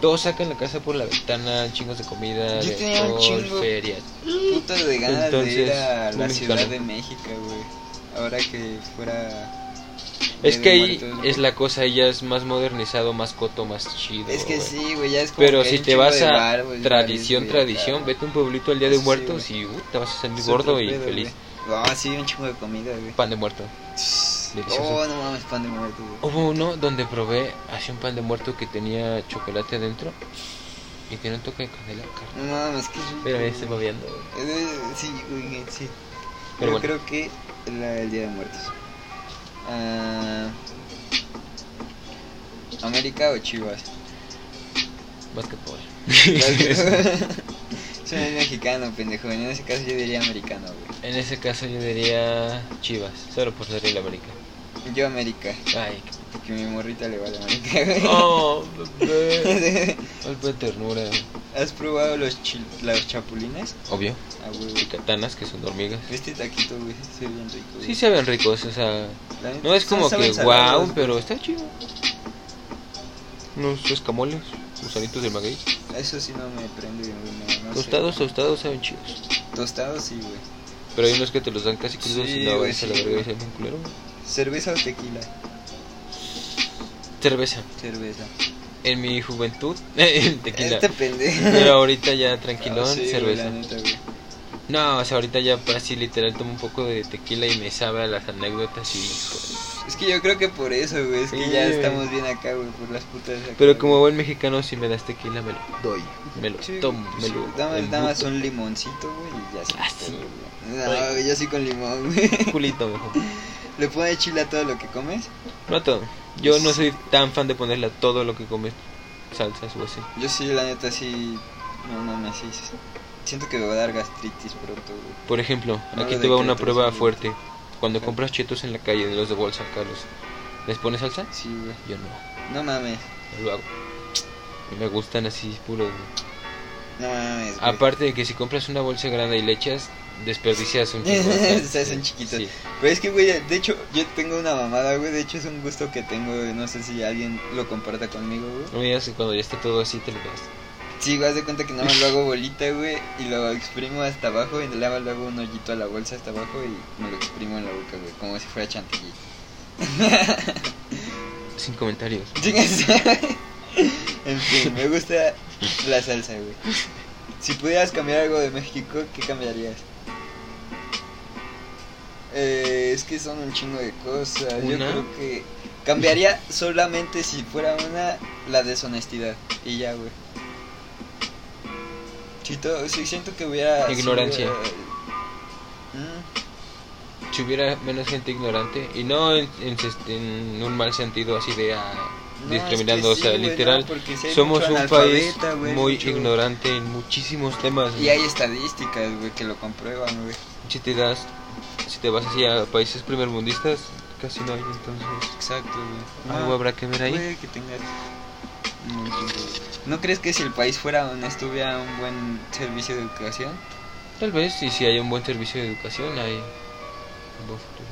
todos sacan la casa por la ventana, chingos de comida,
Yo
de
tenía un chingo.
ferias.
Puta de ganas de ir
Entonces,
a
muy
la
mexicano.
Ciudad de México, güey. Ahora que fuera.
Es
Día
que
de
ahí
Muertos,
es la cosa, ya es más modernizado, más coto, más chido.
Es que
güey.
sí, güey, ya es como.
Pero
que
si
hay un
te
chingo
vas
de
a
bar,
tradición,
güey, bares, güey,
tradición,
acá.
vete a un pueblulito al día de
Eso sí,
muertos
güey.
y uh, te vas a sentir
Es otro
gordo y
pedo,
feliz.
güey. Ah, sí, un chingo de comida, güey.
Pan de muerto. Delicioso.
Oh, no mames, pan de muerto, güey.
Hubo uno donde probé así un pan de muerto que tenía chocolate adentro y tenía un toque de canela. carnal.
No mames, qué rico.
Pero me estoy
güey.
moviendo. güey.
Eh, Sí, güey, sí.
Pero
Yo
bueno.
creo que la del Día de Muertos. Ah, ¿América o Chivas?
Más que pobre.
Soy mexicano, pendejo. En ese caso yo diría americano, güey.
En ese caso yo diría Chivas, solo por ser el América.
Yo América,
Ay,
porque mi morrita le vale América, güey.
qué... Oh, bebé. Golpe de ternura. güey.
¿Has probado los, chil- los chapulines?
Obvio.
Ah, güey.
Y
güey.
katanas que son de hormigas.
Este taquito, güey, se ve bien rico. güey.
Sí se ven ricos, o sea,
La neta,
No es como
saben
que
salados,
wow,
güey.
pero está chido. Unos escamoles, gusanitos de maguey.
Eso Ah, sí no me prende, güey. no- no sé.
Tostados, tostados saben chidos.
Tostados, sí, güey.
Pero hay unos que te los dan casi crudos
Sí,
y no,
güey,
se la
sí,
verga
güey.
y saben bien culero.
¿Cerveza o tequila?
Cerveza.
Cerveza.
En mi juventud, el tequila.
Este pendejo.
Pero ahorita ya
Ah,
tranquilón,
sí, güey,
cerveza.
la neta, güey.
No, o sea, ahorita ya pues, así literal tomo un poco de tequila y me sabe a las anécdotas y... pues,
Es que yo creo que por eso, güey. Es que
Sí,
ya
güey.
estamos bien acá, güey. Por las putas. acá,
Pero
güey.
como buen mexicano, si me das tequila, me lo...
doy.
Me lo tomo, me lo...
Dame, dame
embuto.
un limoncito, güey, y ya se
Ah,
te-
sí.
No, güey, yo sí con limón, güey.
culito mejor.
¿Le pones chile a todo lo que comes?
No a todo. Yo no soy tan fan de ponerle a todo lo que comes salsas o así.
Yo sí, la neta, sí. No mames, sí. sí. Siento que me va a dar gastritis pronto, güey.
Por ejemplo,
No
aquí
lo
te va una
decretes,
prueba
sí.
fuerte. Cuando
Ajá.
compras chetos en la calle, de los de bolsa, Carlos, ¿les pones salsa?
Sí, güey.
Yo no,
No mames.
no lo hago. Y Me gustan así puros. güey.
No mames. güey.
Aparte de que si compras una bolsa grande y le echas, desperdicias un chingo.
Se hacen
chiquito
chiquitos. Pero es que, güey, de hecho, yo tengo una mamada, güey. De hecho, es un gusto que tengo, güey. No sé si alguien lo comparta conmigo, güey.
No me digas que cuando ya está todo así te lo das.
Sí, güey, haz de cuenta que nada más lo hago bolita, güey, y lo exprimo hasta abajo y nada más le hago un hoyito a la bolsa hasta abajo y me lo exprimo en la boca, güey, como si fuera chantilly.
Sin comentarios.
Chingas. en fin, me gusta la salsa, güey. Si pudieras cambiar algo de México, ¿qué cambiarías? Eh, es que son un chingo de cosas. Yo
¿Una?
creo que cambiaría solamente si fuera una la deshonestidad y ya, güey. Si, to- si siento que hubiera
Ignorancia.
si hubiera- Mm.
Si hubiera menos gente ignorante, y no en, en ses- en un mal sentido así de ah,
No,
discriminando,
es que
o sea,
sí, güey,
literal.
no, porque sí hay
Somos
mucho
un país
analfabeta, güey,
muy
mucho-
ignorante en muchísimos temas.
Y
¿no?
hay estadísticas, güey, que lo comprueban, güey.
Si te das, si te vas hacia países primermundistas, casi no hay, entonces
Exacto, güey.
algo
Ah,
habrá que ver ahí.
puede que tengas un montón de- ¿No crees que si el país fuera honesto hubiera un buen servicio de educación?
Tal vez, y si hay un buen servicio de educación, hay un buen futuro.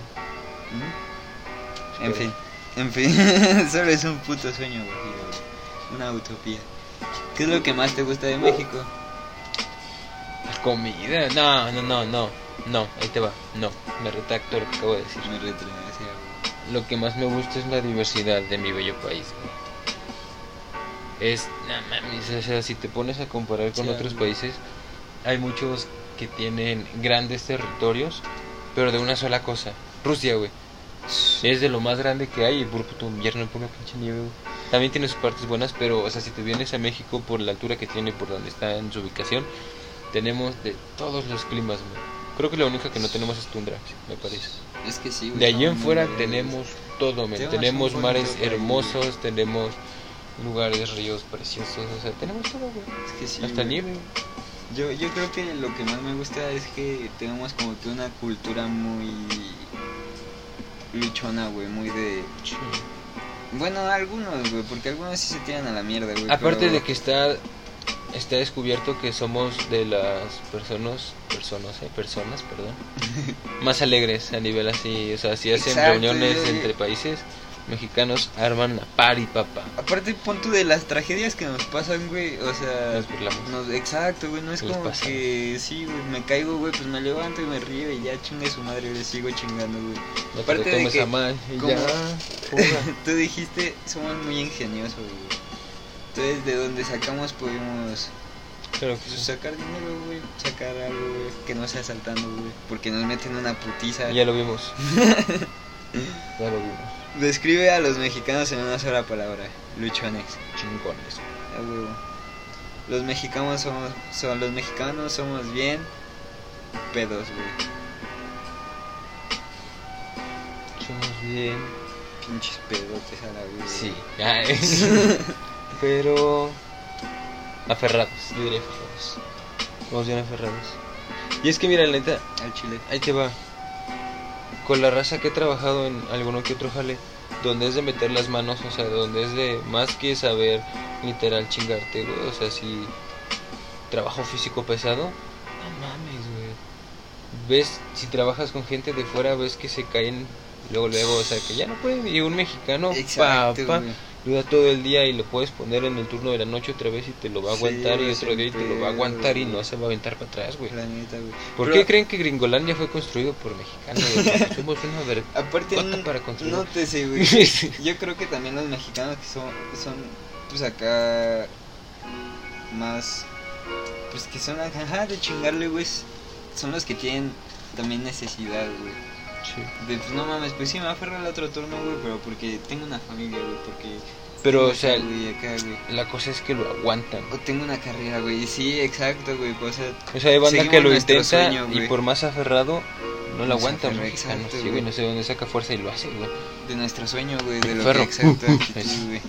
¿Mm? En
Espero.
fin, ¿Mm? en fin, solo es un puto sueño, güey, güey. Una utopía. ¿Qué es lo que más te gusta de México?
Las comida. No, no, no, no. No, ahí te va. No, me retracto lo que acabo de decir.
Me retrasé, güey.
Lo que más me gusta es la diversidad de mi bello país. güey. Es, no mames, o sea, si te pones a comparar con
Sí,
otros
güey.
países, hay muchos que tienen grandes territorios, pero de una sola cosa. Rusia, güey. Es de lo más grande que hay y puro puto invierno, pura pinche nieve, güey. También tiene sus partes buenas, pero, o sea, si te vienes a México por la altura que tiene, por donde está en su ubicación, tenemos de todos los climas, güey. Creo que la única que no tenemos es tundra, me parece.
Es que sí, güey.
De allí
estaba
en
muy
fuera
verga, güey.
tenemos todo, men.
Tenemos
tenemos
un
mares
bonito país.
hermosos, tenemos lugares, ríos preciosos, o sea, tenemos todo, güey.
Es que sí,
Hasta
güey.
nieve.
Yo, yo creo que lo que más me gusta es que tenemos como que una cultura muy luchona, güey, muy de... Bueno, algunos, güey, porque algunos sí se tiran a la mierda, güey.
Aparte
pero-
de que está está descubierto que somos de las personas, personas, eh, personas, perdón, más alegres a nivel así, o sea, si hacen
Exacto,
reuniones
yo- yo-
entre países, mexicanos arman la party, papá.
Aparte, pon tú de las tragedias que nos pasan, güey, o sea...
Nos burlamos.
nos- exacto, güey, no es
Nos
como
pasa.
que... Sí, güey, me caigo, güey, pues me levanto y me río y ya chingue su madre, le sigo chingando, güey.
No te lo
aparte de
tomes
que-
a mal y
¿cómo?
ya. joda.
Tú dijiste, somos muy ingeniosos, güey. Entonces, de donde sacamos podemos
Pero que
pues, sacar dinero, güey. Sacar algo, güey. Que no sea saltando, güey. Porque nos meten una putiza.
Ya lo vimos. ya lo vimos.
Describe a los mexicanos en una sola palabra. Luchones.
Chingones.
A huevo. Los mexicanos somos, son, los mexicanos somos bien pedos, güey.
Somos bien.
Pinches pedotes a la vida.
Sí. Ay. Pero. Aferrados, yo diría aferrados. Vamos bien aferrados. Y es que mira, la neta,
Al chile.
ahí te va. Con la raza que he trabajado en alguno que otro jale, donde es de meter las manos, o sea, donde es de más que saber literal chingarte, güey. O sea, si trabajo físico pesado, no mames, güey. Ves, si trabajas con gente de fuera, ves que se caen luego, luego, o sea, que ya no pueden. Y un mexicano,
Exacto,
papá,
güey.
dura todo el día y lo puedes poner en el turno de la noche otra vez y te lo va a
Sí,
aguantar y
güey,
otro
sin
día y te lo va a
pedo,
aguantar y
güey.
no se va a aventar para atrás, güey.
La neta, güey.
¿Por
Pero-
qué creen que Gringolandia fue construido por mexicanos? güey? Porque Somos una ver...
Aparte,
Cota
no-
para construir.
no te sé, güey. Yo creo que también los mexicanos que son, son pues acá más, pues que son acá ajá, de chingarle, güey, s- son los que tienen también necesidad, güey. De pues no mames, pues sí me aferro al otro turno, güey, pero porque tengo una familia, güey, porque...
Pero,
tengo
o sea,
acá, güey, acá, güey.
La cosa es que lo aguantan.
O tengo una carrera, güey, sí, exacto, güey, pues, o sea,
O sea, hay banda
Seguimos
que lo
nuestro
intenta
sueño,
y
güey.
por más aferrado no lo
No se
aguanta.
aferra,
mexicano.
exacto,
sí, güey,
güey.
no sé dónde saca fuerza y lo hace, güey.
de nuestro sueño, güey, de lo
Ferro.
que exacto,
Uh, uh,
actitud,
es.
güey.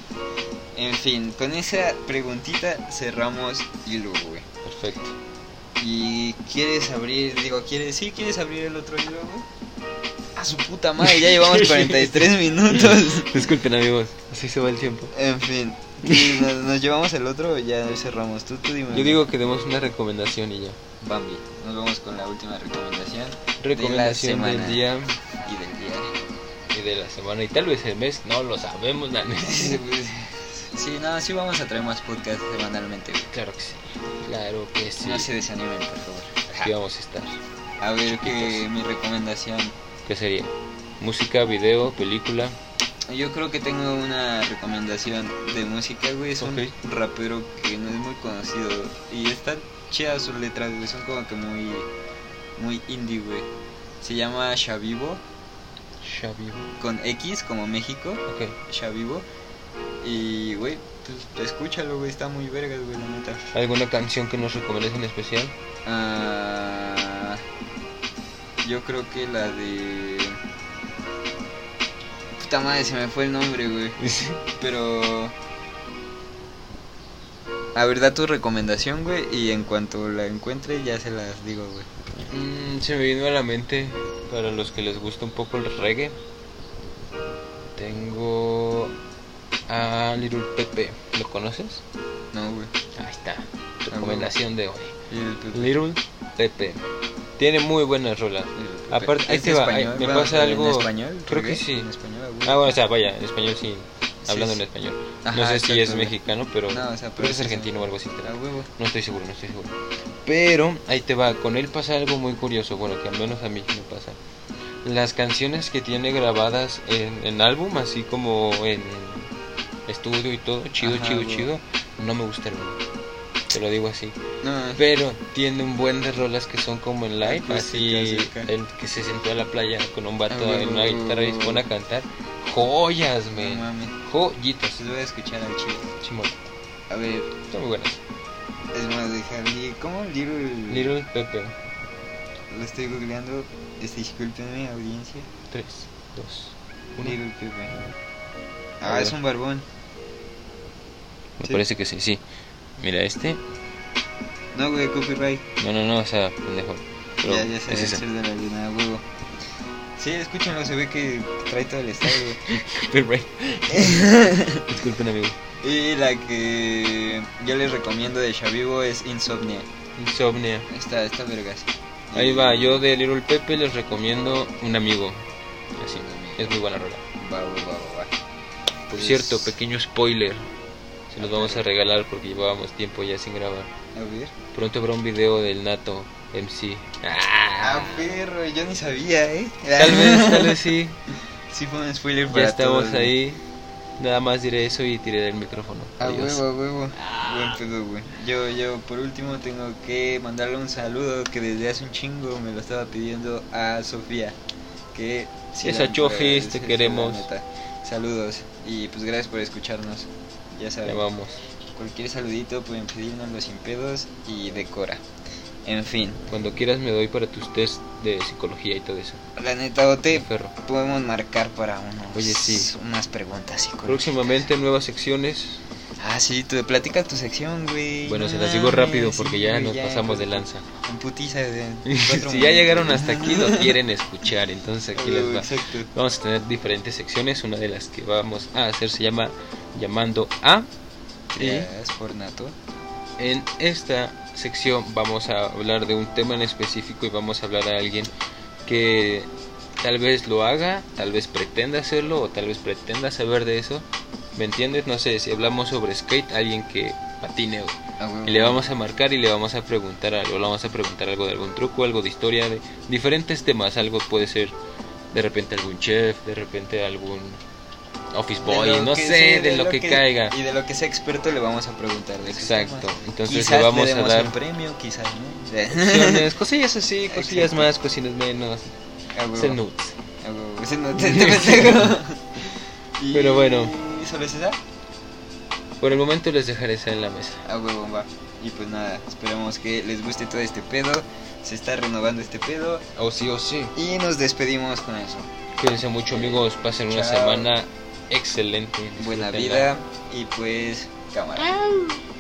En fin, con esa preguntita cerramos hilo, güey.
Perfecto.
Y quieres abrir, digo, quieres, sí, quieres abrir el otro hilo, güey. A su puta madre, ya llevamos 43 minutos.
Disculpen, amigos, así se va el tiempo.
En fin, ¿y nos, nos llevamos el otro o ya cerramos. Tú, tú dime.
Yo digo que demos una recomendación y ya.
Bambi. Nos vamos con la última recomendación
Recomendación
semana.
del día
y del
y de la semana y tal vez el mes, no lo sabemos, la neta.
día. sí, no, sí vamos a traer más podcast semanalmente, güey.
Claro que sí. Claro que sí.
No se desanimen, por favor.
Aquí vamos a estar.
A ver, que
Chiquitos.
mi recomendación.
¿Qué sería? Música, video, película.
Yo creo que tengo una recomendación de música, güey. Es
Ok.
un rapero que no es muy conocido y están chidas sus letras, güey. Son como que muy, muy indie, güey. Se llama Shavivo
Shavivo.
con X como México,
Ok.
Shavivo. Y, güey, pues escúchalo, güey. Está muy vergas, güey, la neta.
¿Alguna canción que nos recomiendes en especial?
Ah, yo creo que la de. Puta madre, se me fue el nombre, güey. Pero. A ver, da tu recomendación, güey. Y en cuanto la encuentre, ya se las digo, güey.
Mm, se me vino a la mente, para los que les gusta un poco el reggae, tengo a Little Pepe. ¿Lo conoces?
No, güey.
Ahí está. Recomendación de hoy.
Y el Pepe.
Little Pepe. Tiene muy buenas rolas.
El Pepe.
Aparte, ahí
¿Es
te
de
va, ahí
español?
me
Bueno,
pasa
¿En
algo-
español?
creo que
¿Reggae?
sí.
¿En español,
Ah, bueno, o sea, vaya, en español sí. hablando
sí.
en español. no
Ajá,
sé si es
exacto, güey.
mexicano, pero
No, o sea,
creo que es
sí, Ah,
argentino o algo así.
A huevo.
No estoy seguro, no estoy seguro. Pero ahí te va, con él pasa algo muy curioso, bueno, que al menos a mí me pasa. Las canciones que tiene grabadas en, en álbum, así como en estudio y todo, chido,
Ajá,
chido,
güey.
chido, no me gusta el Te lo digo así.
No,
Pero tiene un buen de rolas que son como en live, así
Acústicas, acá.
el que se sentó a la playa con un vato
Ah, güey,
en una
güey,
guitarra y se
güey,
pone a
güey.
cantar. Joyas,
no
men.
mames.
Joyitas.
Pues voy a escuchar al chido.
Chimón.
A ver,
Están muy buenas.
es más, dejarle. ¿Cómo? Little.
Little Pepe.
Lo estoy googleando. Este, discúlpenme, audiencia.
3, 2, 1.
Little Pepe.
A
Ah,
ver.
es un barbón.
Me
Sí.
parece que sí, sí. Mira, este.
No, güey, copyright.
No, no, no, o sea, pendejo. Pero
ya, ya se
es
debe
ese.
ser de la vida, huevo. Sí, escúchenlo, se ve que trae todo el estado.
Copyright. Disculpen, amigo.
y la que yo les recomiendo de Shavivo es Insomnia.
Insomnia.
Esta, esta vergas.
Ahí va, yo de Little Pepe les recomiendo un amigo. Así, es muy buena rola.
Va, va, va, va, va.
Por
Pues-
cierto, pequeño spoiler. Se los
A
vamos a
ver.
regalar porque llevábamos tiempo ya sin grabar.
A ver.
Pronto habrá un video del Nato MC. Ah.
Ah, perro, yo ni sabía, ¿eh?
Tal vez, tal vez sí.
Sí fue un spoiler para
Ya estamos
todos, güey.
ahí. Nada más diré eso y tiré el micrófono.
A
Adiós.
huevo, a huevo. Buen pedo, güey. Yo, yo, por último, tengo que mandarle un saludo que desde hace un chingo me lo estaba pidiendo a Sofía. Que
Esa
la-
chofis,
es-
te
es la
queremos.
neta. Saludos. Y pues gracias por escucharnos. Ya
Ya
saben,
vamos.
cualquier saludito pueden pedirnos los sin pedos y decora. En fin,
Cuando quieras me doy para tus test de psicología y todo eso.
la neta,
De
Ote,
ferro.
podemos marcar para unos,
Oye, sí.
unas preguntas psicológicas.
Próximamente nuevas secciones.
Ah, sí, tú platica tu sección, güey.
Bueno,
No
se las digo rápido
mames,
porque
sí,
ya
güey,
nos pasamos de
en-
lanza.
En putiza de. cuatro
Si ya llegaron
minutos.
hasta aquí lo quieren escuchar, entonces aquí les va.
Exacto.
Vamos a tener diferentes secciones. Una de las que vamos a hacer se llama Llamando a. Y
Ya, es por nato.
en esta sección vamos a hablar de un tema en específico y vamos a hablar a alguien que tal vez lo haga, tal vez pretenda hacerlo o tal vez pretenda saber de eso. ¿Me entiendes? No sé, si hablamos sobre skate, alguien que patine güey.
Ah, güey,
y le vamos a marcar y le vamos a preguntar algo, le vamos a preguntar algo de algún truco, algo de historia, de diferentes temas, algo puede ser de repente algún chef, de repente algún office
De
boy,
lo
no
que-
sé,
sí,
de, lo, que, caiga.
Y de lo que sea experto le vamos a preguntar. de ese
Exacto.
tema.
Entonces
quizás
le vamos
le
a
demos
dar-
un premio, quizás, ¿no?
opciones, cosillas así, cosillas
Exacto.
más, cosillas menos.
Ah, güey,
Es el nudes.
ah, güey, ese no te- te pendejo. Y-
Pero bueno.
¿Y solo es esa?
Por el momento les dejaré esa en la mesa.
A Ah, huevo va. Y pues nada, esperamos que les guste todo este pedo. Se está renovando este pedo.
O sí, o sí.
Y nos despedimos con eso.
Cuídense mucho, amigos. Pasen una
Chao.
semana excelente.
Buena
Disfrútenla.
vida y pues cámara.